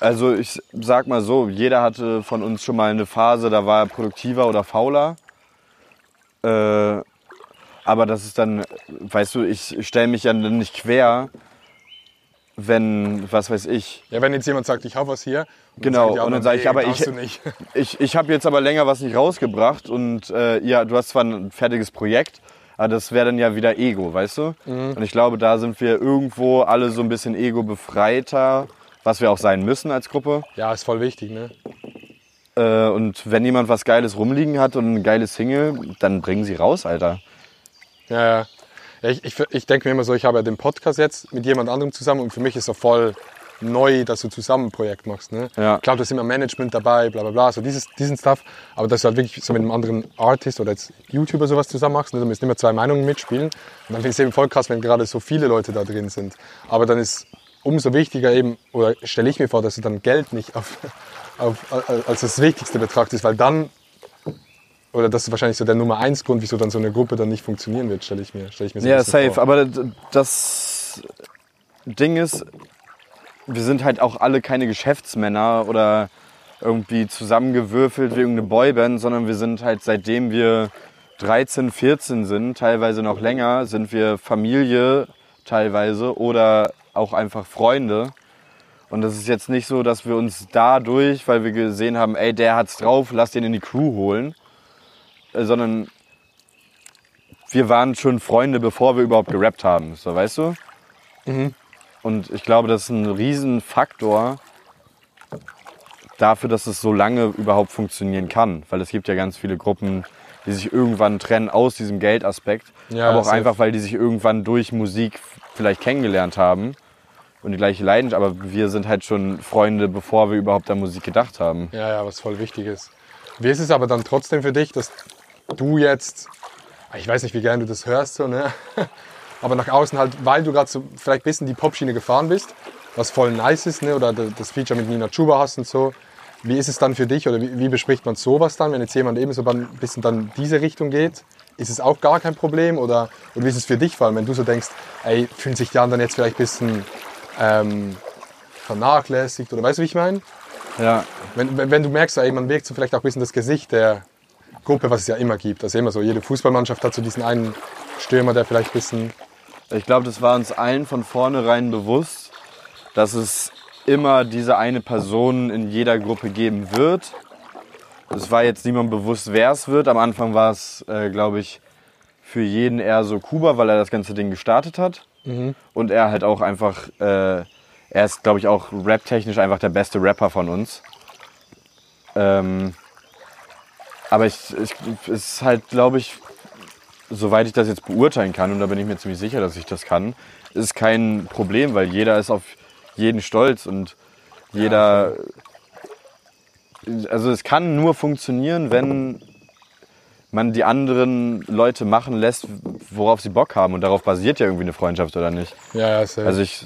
Also ich sag mal so, jeder hatte von uns schon mal eine Phase, da war er produktiver oder fauler. Äh, aber das ist dann, weißt du, ich stelle mich ja dann nicht quer, wenn, was weiß ich, Ja, wenn jetzt jemand sagt, ich hab was hier. und Genau, sagen die und anderen, dann sag ich, nee, aber darfst ich- Du nicht. (laughs) ich, ich habe jetzt aber länger was nicht rausgebracht und äh, ja, du hast zwar ein fertiges Projekt, aber das wäre dann ja wieder Ego, weißt du? Und ich glaube, da sind wir irgendwo alle so ein bisschen ego-befreiter, was wir auch sein müssen als Gruppe. Ja, ist voll wichtig, ne? Äh, und wenn jemand was Geiles rumliegen hat und ein geiles Single, dann bringen sie raus, Alter. Ja, ja. ja ich ich, ich denke mir immer so, ich habe ja den Podcast jetzt mit jemand anderem zusammen und für mich ist so voll neu, dass du zusammen ein Projekt machst. Ne? Ja. Ich glaube, da ist immer Management dabei, bla bla bla, so dieses, diesen Stuff. Aber dass du halt wirklich so mit einem anderen Artist oder jetzt YouTuber sowas zusammen machst, ne? da müssen immer zwei Meinungen mitspielen. Und dann finde ich es eben voll krass, wenn gerade so viele Leute da drin sind. Aber dann ist umso wichtiger eben, oder stelle ich mir vor, dass du dann Geld nicht auf, (laughs) auf, als das Wichtigste betrachtest, weil dann oder das ist wahrscheinlich so der Nummer eins Grund, wieso dann so eine Gruppe dann nicht funktionieren wird, stelle ich mir, stelle ich mir so ein Ja, bisschen safe. vor. Aber d- das Ding ist, wir sind halt auch alle keine Geschäftsmänner oder irgendwie zusammengewürfelt wie irgendeine Boyband, sondern wir sind halt seitdem wir 13, 14 sind, teilweise noch länger, sind wir Familie teilweise oder auch einfach Freunde. Und das ist jetzt nicht so, dass wir uns dadurch, weil wir gesehen haben, ey, der hat's drauf, lass den in die Crew holen, äh, sondern wir waren schon Freunde, bevor wir überhaupt gerappt haben, so weißt du? Mhm. Und ich glaube, das ist ein Riesenfaktor dafür, dass es so lange überhaupt funktionieren kann. Weil es gibt ja ganz viele Gruppen, die sich irgendwann trennen aus diesem Geldaspekt. Ja, aber auch safe. einfach, weil die sich irgendwann durch Musik vielleicht kennengelernt haben und die gleiche Leidenschaft. Aber wir sind halt schon Freunde, bevor wir überhaupt an Musik gedacht haben. Ja, ja, was voll wichtig ist. Wie ist es aber dann trotzdem für dich, dass du jetzt, ich weiß nicht, wie gerne du das hörst, so, ne? (laughs) aber nach außen halt, weil du gerade so vielleicht ein bisschen die Popschiene gefahren bist, was voll nice ist, ne? oder d- das Feature mit Nina Chuba hast und so. Wie ist es dann für dich oder wie, wie bespricht man sowas dann, wenn jetzt jemand eben so dann ein bisschen dann diese Richtung geht? Ist es auch gar kein Problem oder, oder wie ist es für dich vor allem, wenn du so denkst, ey, fühlen sich die anderen jetzt vielleicht ein bisschen ähm, vernachlässigt oder weißt du, wie ich meine? Ja, Wenn, wenn, wenn du merkst, ey, man wirkt so vielleicht auch ein bisschen das Gesicht der Gruppe, was es ja immer gibt. Also immer so, jede Fußballmannschaft hat so diesen einen Stürmer, der vielleicht ein bisschen. Ich glaube, das war uns allen von vornherein bewusst, dass es immer diese eine Person in jeder Gruppe geben wird. Es war jetzt niemand bewusst, wer es wird. Am Anfang war es, äh, glaube ich, für jeden eher so Kuba, weil er das ganze Ding gestartet hat. Und er halt auch einfach, äh, er ist, glaube ich, auch raptechnisch einfach der beste Rapper von uns. Ähm, aber ich, ich, es ist halt, glaube ich, soweit ich das jetzt beurteilen kann, und da bin ich mir ziemlich sicher, dass ich das kann, ist kein Problem, weil jeder ist auf jeden stolz und jeder. Also es kann nur funktionieren, wenn man die anderen Leute machen lässt, worauf sie Bock haben. Und darauf basiert ja irgendwie eine Freundschaft, oder nicht? Ja, äh, ja, sehr. Also ich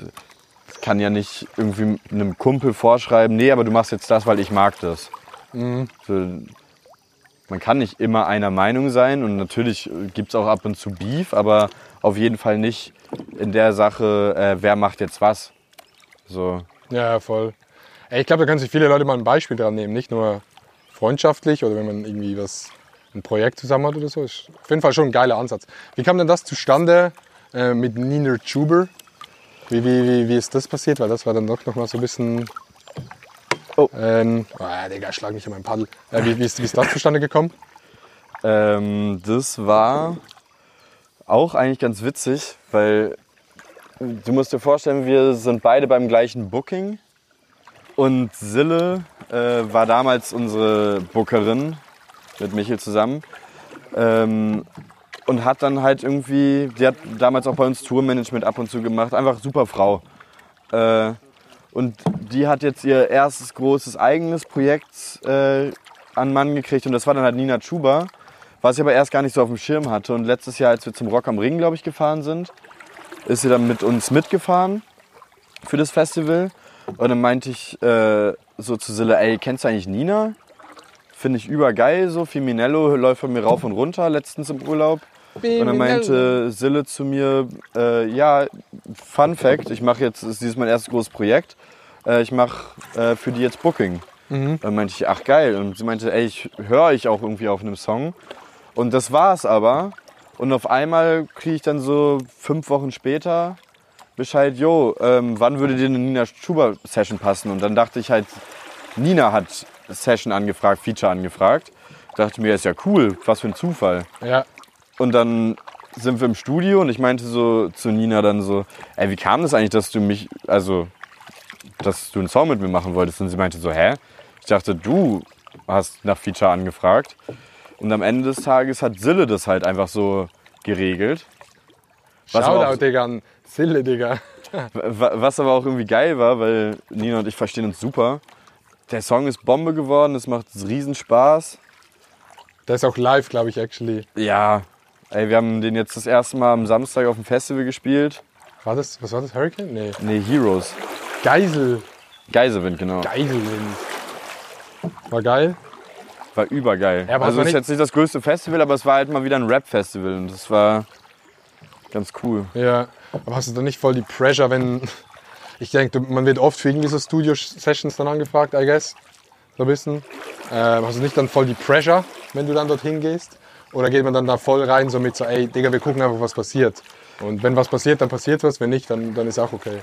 kann ja nicht irgendwie einem Kumpel vorschreiben, nee, aber du machst jetzt das, weil ich mag das. So, man kann nicht immer einer Meinung sein und natürlich gibt es auch ab und zu Beef, aber auf jeden Fall nicht in der Sache, äh, wer macht jetzt was. So, ja, ja, voll. Ey, ich glaube, da können sich viele Leute mal ein Beispiel dran nehmen. Nicht nur freundschaftlich oder wenn man irgendwie was, ein Projekt zusammen hat oder so. Ist auf jeden Fall schon ein geiler Ansatz. Wie kam denn das zustande äh, mit Nina Chuber? Wie, wie, wie, wie ist das passiert? Weil das war dann doch noch mal so ein bisschen. Oh. Ähm, ah, Digga, schlag mich an meinen Paddel. Äh, wie, wie, ist, wie ist das zustande gekommen? Ähm, das war auch eigentlich ganz witzig, weil du musst dir vorstellen, wir sind beide beim gleichen Booking und Sille äh, war damals unsere Bookerin mit Michel zusammen ähm, und hat dann halt irgendwie, die hat damals auch bei uns Tourmanagement ab und zu gemacht, einfach super Frau. Äh, und die hat jetzt ihr erstes großes eigenes Projekt äh, an Mann gekriegt und das war dann halt Nina Chuba was ich aber erst gar nicht so auf dem Schirm hatte. Und letztes Jahr, als wir zum Rock am Ring, glaube ich, gefahren sind, ist sie dann mit uns mitgefahren für das Festival. Und dann meinte ich äh, so zu Sille, ey, kennst du eigentlich Nina? Finde ich übergeil, so Feminello läuft von mir rauf und runter letztens im Urlaub. Und dann meinte Sille zu mir, äh, ja, Fun Fact, ich mache jetzt, ist dieses mein erstes großes Projekt, äh, ich mache äh, für die jetzt Booking. Dann meinte ich, ach geil. Und sie meinte, ey, ich höre ich auch irgendwie auf einem Song. Und das war's aber. Und auf einmal kriege ich dann so fünf Wochen später Bescheid, jo, ähm, wann würde dir eine Nina Schuber Session passen? Und dann dachte ich halt, Nina hat Session angefragt, Feature angefragt. Dachte mir, ist ja cool, was für ein Zufall. Ja. Und dann sind wir im Studio und ich meinte so zu Nina dann so, ey, wie kam das eigentlich, dass du mich, also, dass du einen Song mit mir machen wolltest? Und sie meinte so, hä? Ich dachte, du hast nach Feature angefragt. Und am Ende des Tages hat Sille das halt einfach so geregelt. Was aber, Shoutout, auch, Digga, an Sille, Digga. wa- was aber auch irgendwie geil war, weil Nina und ich verstehen uns super. Der Song ist Bombe geworden, es macht riesen Spaß. Der ist auch live, glaube ich, actually. Ja, ey, wir haben den jetzt das erste Mal am Samstag auf dem Festival gespielt. War das, was war das, Hurricane? Nee. Nee, Heroes. Geisel. Geisewind, genau. Geiselwind. War geil. War übergeil. Ja, aber also es hat man ist nicht- jetzt nicht das größte Festival, aber es war halt mal wieder ein Rap-Festival und das war ganz cool. Ja. Aber hast du da nicht voll die Pressure, wenn. (laughs) Ich denke, man wird oft für irgendwie so Studio-Sessions dann angefragt, I guess. So ein bisschen. Äh, hast du nicht dann voll die Pressure, wenn du dann dorthin gehst? Oder geht man dann da voll rein, so mit so, ey, Digga, wir gucken einfach, was passiert. Und wenn was passiert, dann passiert was. Wenn nicht, dann, dann ist auch okay.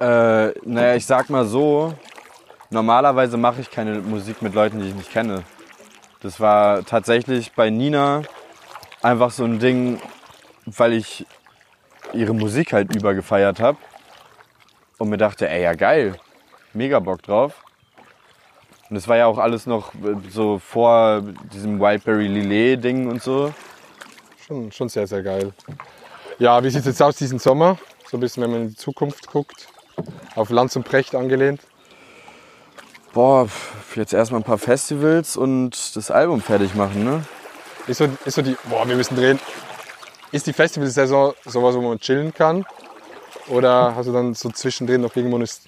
Äh, naja, ich sag mal so, normalerweise mache ich keine Musik mit Leuten, die ich nicht kenne. Das war tatsächlich bei Nina einfach so ein Ding, weil ich ihre Musik halt übergefeiert habe und mir dachte, ey, ja geil, mega Bock drauf. Und es war ja auch alles noch äh, so vor diesem Wildberry Lillet Ding und so. Schon, schon sehr, sehr geil. Ja, wie sieht es jetzt aus diesen Sommer? So ein bisschen, wenn man in die Zukunft guckt. Auf Lanz und Precht angelehnt. Boah, pf, jetzt erstmal ein paar Festivals und das Album fertig machen, ne? Ist so, ist so die. Boah, wir müssen drehen. Ist die Festivalsaison sowas, wo man chillen kann? Oder hast du dann so zwischendrin noch irgendwo eine, St-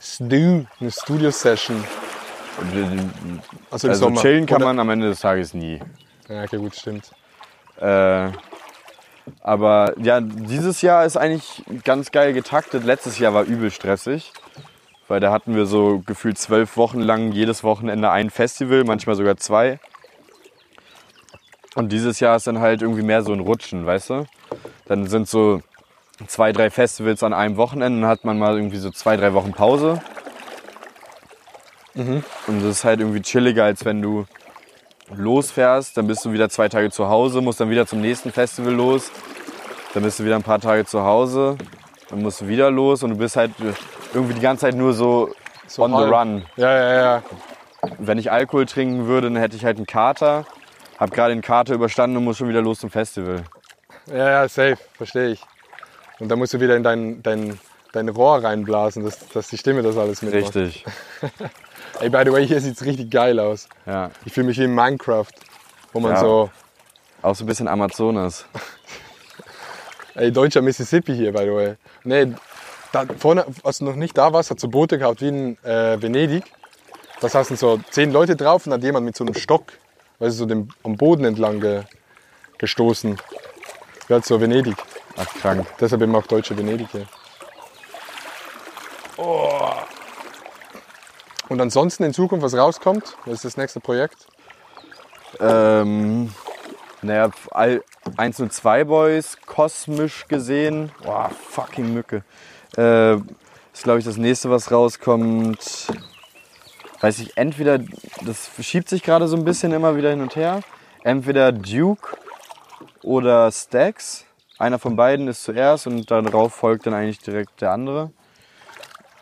Stu, eine Studio-Session? Also im Also Sommer. chillen kann Oder- man am Ende des Tages nie. Ja, okay, gut, stimmt. Äh, aber ja, dieses Jahr ist eigentlich ganz geil getaktet. Letztes Jahr war übel stressig, weil da hatten wir so gefühlt zwölf Wochen lang jedes Wochenende ein Festival, manchmal sogar zwei. Und dieses Jahr ist dann halt irgendwie mehr so ein Rutschen, weißt du? Dann sind so zwei, drei Festivals an einem Wochenende, dann hat man mal irgendwie so zwei, drei Wochen Pause. Mhm. Und das ist halt irgendwie chilliger, als wenn du losfährst, dann bist du wieder zwei Tage zu Hause, musst dann wieder zum nächsten Festival los, dann bist du wieder ein paar Tage zu Hause, dann musst du wieder los und du bist halt irgendwie die ganze Zeit nur so, So on halb. the run. Ja, ja, ja. Wenn ich Alkohol trinken würde, dann hätte ich halt einen Kater, hab gerade den Kater überstanden und muss schon wieder los zum Festival. Ja, ja, safe, verstehe ich. Und dann musst du wieder in dein, dein, dein Rohr reinblasen, dass, dass die Stimme das alles mitmacht. Richtig, Ey, by the way, hier sieht's richtig geil aus. ja. Ich fühle mich wie in Minecraft, wo man Ja. so, Auch so ein bisschen Amazonas. ey, deutscher Mississippi hier, by the way. Nee, da vorne, als du noch nicht da warst, hat so Boote gehabt wie in äh, Venedig. Da saßen so zehn Leute drauf und hat jemand mit so einem Stock, weißt du, so dem, am Boden entlang ge, gestoßen. Wie halt so Venedig. Ach, krank. Deshalb eben auch deutsche Venedig hier. Oh. Und ansonsten in Zukunft, was rauskommt, was ist das nächste Projekt? Ähm, naja, all, 102 Boys, kosmisch gesehen. Boah, fucking Mücke. Äh, ist, glaube ich, das nächste, was rauskommt. Weiß ich, entweder, das schiebt sich gerade so ein bisschen immer wieder hin und her. Entweder Duke oder Stacks. Einer von beiden ist zuerst und darauf folgt dann eigentlich direkt der andere.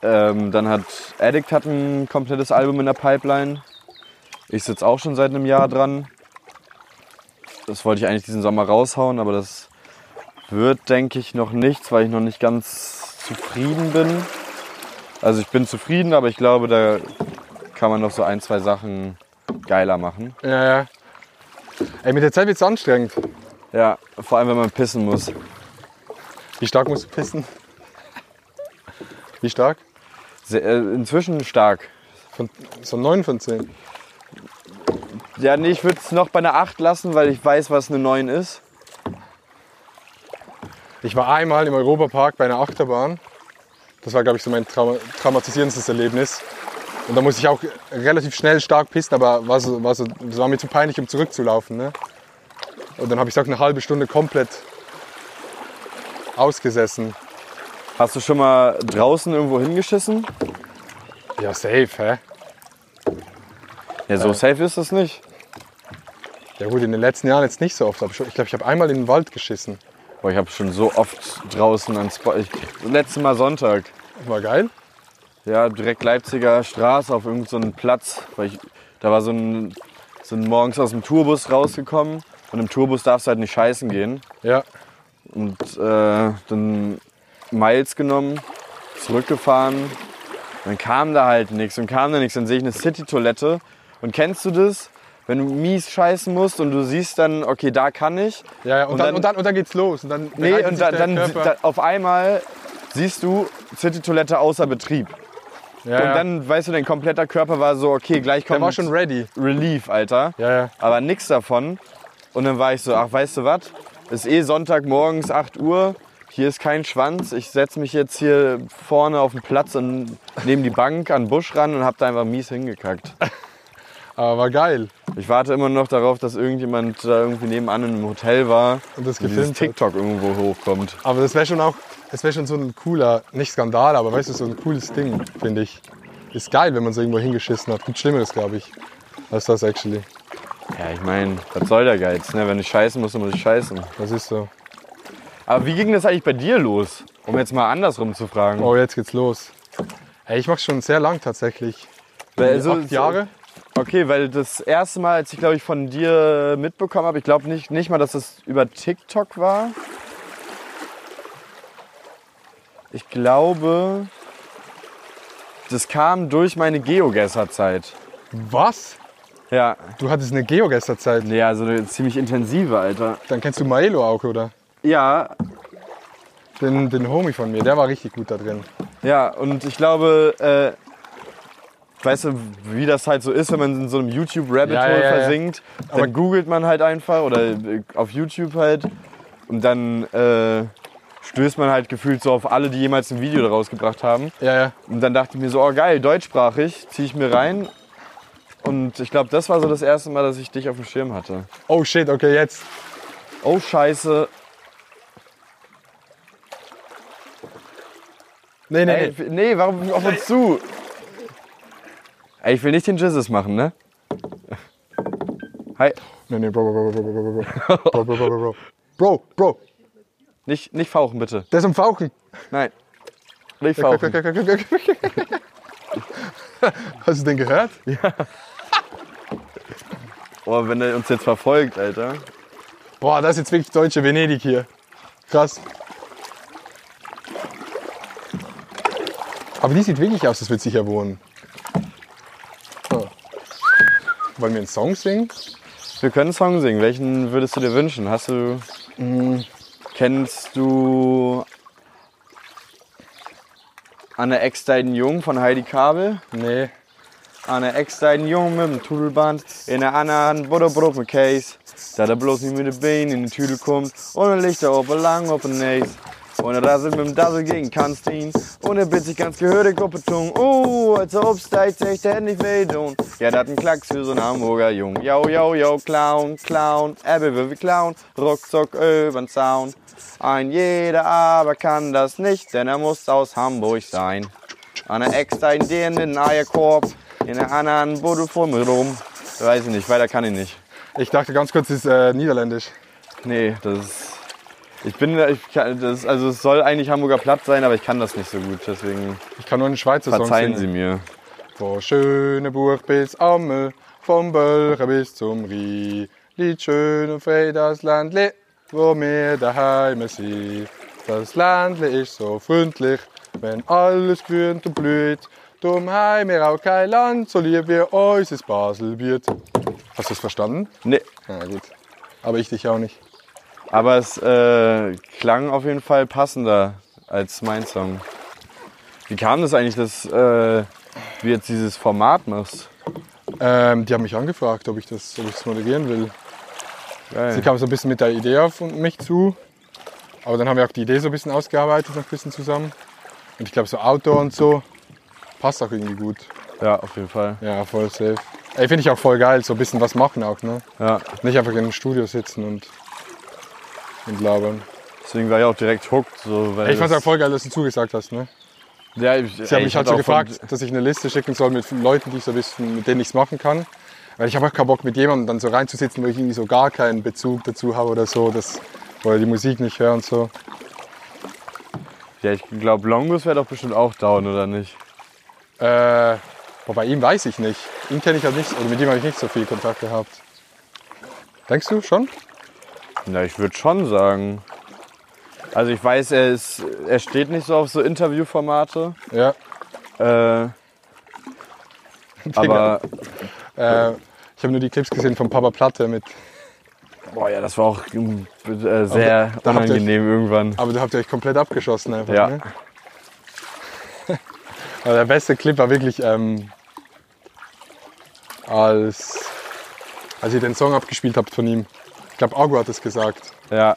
Ähm, dann hat Addict hat ein komplettes Album in der Pipeline. Ich sitze auch schon seit einem Jahr dran. Das wollte ich eigentlich diesen Sommer raushauen, aber das wird, denke ich, noch nichts, weil ich noch nicht ganz zufrieden bin. Also ich bin zufrieden, aber ich glaube, da kann man noch so ein, zwei Sachen geiler machen. Ja, ja. Ey, mit der Zeit wird's anstrengend. Ja, vor allem, wenn man pissen muss. Wie stark musst du pissen? Wie stark? Sehr, äh, inzwischen stark. Von, so 9 von 10. Ja, nee, ich würde es noch bei einer 8 lassen, weil ich weiß, was eine 9 ist. Ich war einmal im Europapark bei einer Achterbahn. Das war, glaube ich, so mein Trauma traumatisierendstes Erlebnis. Und da musste ich auch relativ schnell stark pissen, aber war so, war so, das war mir zu peinlich, um zurückzulaufen. Ne? Und dann habe ich gesagt, eine halbe Stunde komplett ausgesessen. Hast du schon mal draußen irgendwo hingeschissen? Ja, safe, hä? Ja, so safe ist das nicht. Ja gut, in den letzten Jahren jetzt nicht so oft. Aber schon- ich glaube, ich habe einmal in den Wald geschissen. Boah, ich habe schon so oft draußen an Spot. Ich, letztes Mal Sonntag. War geil. Ja, direkt Leipziger Straße auf irgendeinen so einen Platz. Weil ich, da war so ein, so ein morgens aus dem Tourbus rausgekommen. Und im Tourbus darfst du halt nicht scheißen gehen. Ja. Und äh, dann Miles genommen, zurückgefahren. Dann kam da halt nichts und kam da nichts. Dann sehe ich eine City-Toilette. Und kennst du das? Wenn du mies scheißen musst und du siehst dann, okay, da kann ich. Ja, ja. Und, Und dann, dann- und, dann, und dann geht's los. Und dann Nee, bereitet und sich da, der dann Körper- da, auf einmal siehst du City-Toilette außer Betrieb. ja, ja. Und dann, weißt du, dein kompletter Körper war so, okay, gleich kommt der war schon ready. Relief, Alter. Ja, ja. Aber nix davon. Und dann war ich so, ach, weißt du was? Ist eh Sonntagmorgens 8 Uhr. Hier ist kein Schwanz. Ich setze mich jetzt hier vorne auf den Platz und nehme die Bank an den Busch ran und hab da einfach mies hingekackt. Aber war geil. Ich warte immer noch darauf, dass irgendjemand da irgendwie nebenan in einem Hotel war Und das dieses gefilmt. hat. TikTok irgendwo hochkommt. Aber das wäre schon auch, das wäre schon so ein cooler, nicht Skandal, aber weißt du, so ein cooles Ding, finde ich. Ist geil, wenn man so irgendwo hingeschissen hat. Gibt Schlimmeres, glaube ich, als das actually. Ja, ich meine, was soll der Geiz? Ne? Wenn ich scheißen muss, dann muss ich scheißen. Das ist so. Aber wie ging das eigentlich bei dir los? Um jetzt mal andersrum zu fragen. Oh, jetzt geht's los. Ey, ich mach's schon sehr lang tatsächlich. Weil, Acht Jahre? Okay, weil das erste Mal, als ich glaube ich von dir äh, mitbekommen habe, ich glaube nicht, nicht mal, dass es über TikTok war. Ich glaube, das kam durch meine Geogesserzeit. Was? Ja, Du hattest eine Geogesserzeit. ja, also eine ziemlich intensive, Alter. Dann kennst du Maelo auch, oder? Ja, Den, den Homie von mir, der war richtig gut da drin. Ja, und ich glaube, äh, weißt du, wie das halt so ist, wenn man in so einem YouTube-Rabbit-Hole Ja, ja, ja, ja. versinkt, dann googelt man halt einfach oder äh, auf YouTube halt und dann äh, stößt man halt gefühlt so auf alle, die jemals ein Video daraus gebracht haben. Ja, ja. Und dann dachte ich mir so, oh geil, deutschsprachig, zieh ich mir rein. Und ich glaube, das war so das erste Mal, dass ich dich auf dem Schirm hatte. Oh shit, okay, jetzt. Oh scheiße. Nee, nee, Ey, nee. nee, warum auf uns zu? Ey, ich will nicht den Jizzes machen, ne? Hi. Nee, nee, bro, bro, bro, bro, (laughs) bro, bro, bro, bro, bro, bro, bro. Bro, bro, Nicht, nicht fauchen, bitte. der ist am Fauchen. Nein. Nicht Guck, guck, fauchen. guck, guck, guck, guck. (laughs) Hast du den gehört? Oh, wenn er uns jetzt verfolgt, Alter. Boah, das ist jetzt wirklich deutsche Venedig hier. Krass. Aber die sieht wirklich aus, als würde sie hier wohnen. Oh. Wollen wir einen Song singen? Wir können einen Song singen. Welchen würdest du dir wünschen? Hast du. mm, Kennst du. Anne Ex deinen Jung von Heidi Kabel? Nee. Anne Ex deinen Jung mit dem Tudelband. In der anderen Butterbrot mit Case. Da der bloß nicht mit den Beinen in die Tüdel kommt. Ohne Lichter, ob er lang, ob er nächst. Ohne Rassel mit dem Dassel gegen Kanstin. Ohne Bit sich ganz gehörig Gruppetun. Uh, als ob's da jetzt echt hätte nicht wehtun. Ja, dat ein Klacks für so'n Hamburger Jung. Yo, yo, yo, Clown, Clown, Ebbe will wie Clown. Ruckzuck übern Zaun. Ein jeder aber kann das nicht, denn er muss aus Hamburg sein. An der Ex da in den in den Eierkorb. In der anderen Buddel voll mit rum. Weiß ich nicht, weiter kann ich nicht. Ich dachte ganz kurz, das ist äh, niederländisch. Nee, das ist. Ich bin da- ich kann, das, also es soll eigentlich Hamburger Platz sein, aber ich kann das nicht so gut, deswegen Ich kann nur einen Schweizer verzeihen Song Sie singen. mir. Von Schöneburg bis Ammel, vom Bölcher bis zum Rie. Lied schön und frei das Landle, wo mir daheim sind. Das Landle ist so freundlich, wenn alles blüht und blüht. Drum heim wir auch kein Land, so lieb wir euch ist Basel wird. Hast du es verstanden? Nee, Na gut. Aber ich dich auch nicht. aber es äh, klang auf jeden Fall passender als mein Song. Wie kam das eigentlich, dass äh, du jetzt dieses Format machst? Ähm, die haben mich angefragt, ob ich das ob ich's moderieren will. Sie Geil. kam so ein bisschen mit der Idee auf mich zu. Aber dann haben wir auch die Idee so ein bisschen ausgearbeitet, noch ein bisschen zusammen. Und ich glaube, so Outdoor und so passt auch irgendwie gut. Ja, auf jeden Fall. Ja, voll safe. Ey, finde ich auch voll geil, so ein bisschen was machen auch, ne? Ja. Nicht einfach in einem Studio sitzen und, und labern. Deswegen war ich auch direkt hooked. So, weil Ey, ich fand's das- auch voll geil, dass du zugesagt hast, ne? Ja, ich, Sie haben mich halt so gefragt, Von, dass ich eine Liste schicken soll mit Leuten, die ich so ein bisschen, mit denen ich's machen kann. Weil ich habe auch keinen Bock, mit jemandem dann so reinzusitzen, wo ich irgendwie so gar keinen Bezug dazu habe oder so, dass, oder die Musik nicht höre und so. ja, ich glaube, Longus wäre doch bestimmt auch down, oder nicht? Äh, boah, bei ihm weiß ich nicht. Ihn kenne ich halt nicht, also mit ihm habe ich nicht so viel Kontakt gehabt. Denkst du schon? Ja, ich würde schon sagen. Also ich weiß, er, ist, er steht nicht so auf so Interviewformate. Ja. (laughs) Äh, aber Äh, ich habe nur die Clips gesehen von Papa Platte mit. boah, ja, das war auch ähm, äh, sehr da habt ihr- unangenehm irgendwann. Aber da habt ihr euch komplett abgeschossen einfach. Ja. Ne? (laughs) Aber der beste Clip war wirklich, ähm, als, als ihr den Song abgespielt habt von ihm. Ich glaube, Argo hat es gesagt. Ja,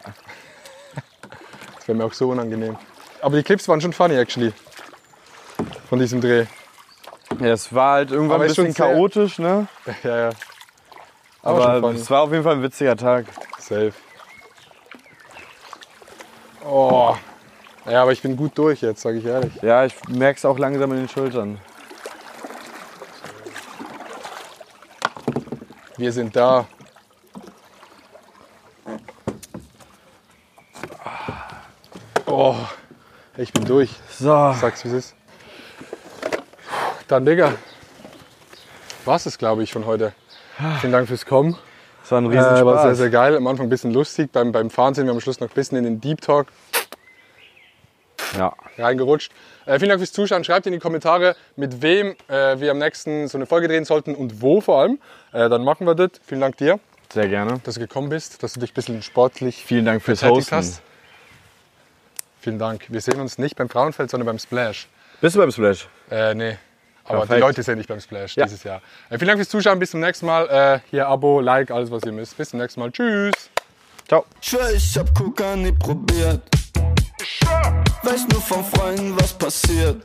Das wäre mir auch so unangenehm. Aber die Clips waren schon funny, actually. Von diesem Dreh. Ja, es war halt irgendwann Aber ein ist schon bisschen sehr- chaotisch, ne? ja, ja. Aber, Aber, schon funny. es war auf jeden Fall ein witziger Tag. Safe. Oh. Ja, aber ich bin gut durch jetzt, sage ich ehrlich. Ja, ich merke es auch langsam in den Schultern. Wir sind da. Oh, ich bin durch. So, Sag's, wie es ist. Dann, Digga. War's es, glaube ich, von heute. Vielen Dank fürs Kommen. es war ein Äh, war sehr, Riesenspaß. sehr geil. Am Anfang ein bisschen lustig. Beim, beim Fahren sind wir am Schluss noch ein bisschen in den Deep Talk ja. reingerutscht. Äh, vielen Dank fürs Zuschauen. Schreibt in die Kommentare, mit wem äh, wir am nächsten so eine Folge drehen sollten und wo vor allem. Äh, dann machen wir das. Vielen Dank dir, Sehr gerne. dass du gekommen bist, dass du dich ein bisschen sportlich Vielen Dank fürs betätigt Hosten. hast. Vielen Dank. Wir sehen uns nicht beim Frauenfeld, sondern beim Splash. Bist du beim Splash? Äh, nee. Aber die Perfekt. Leute sehen dich beim Splash Ja. dieses Jahr. Äh, vielen Dank fürs Zuschauen. Bis zum nächsten Mal. Äh, hier Abo, Like, alles, was ihr müsst. Bis zum nächsten Mal. Tschüss. Ciao. Schwör, ich hab Kokain nie probiert. Weiß nur von Freunden, was passiert.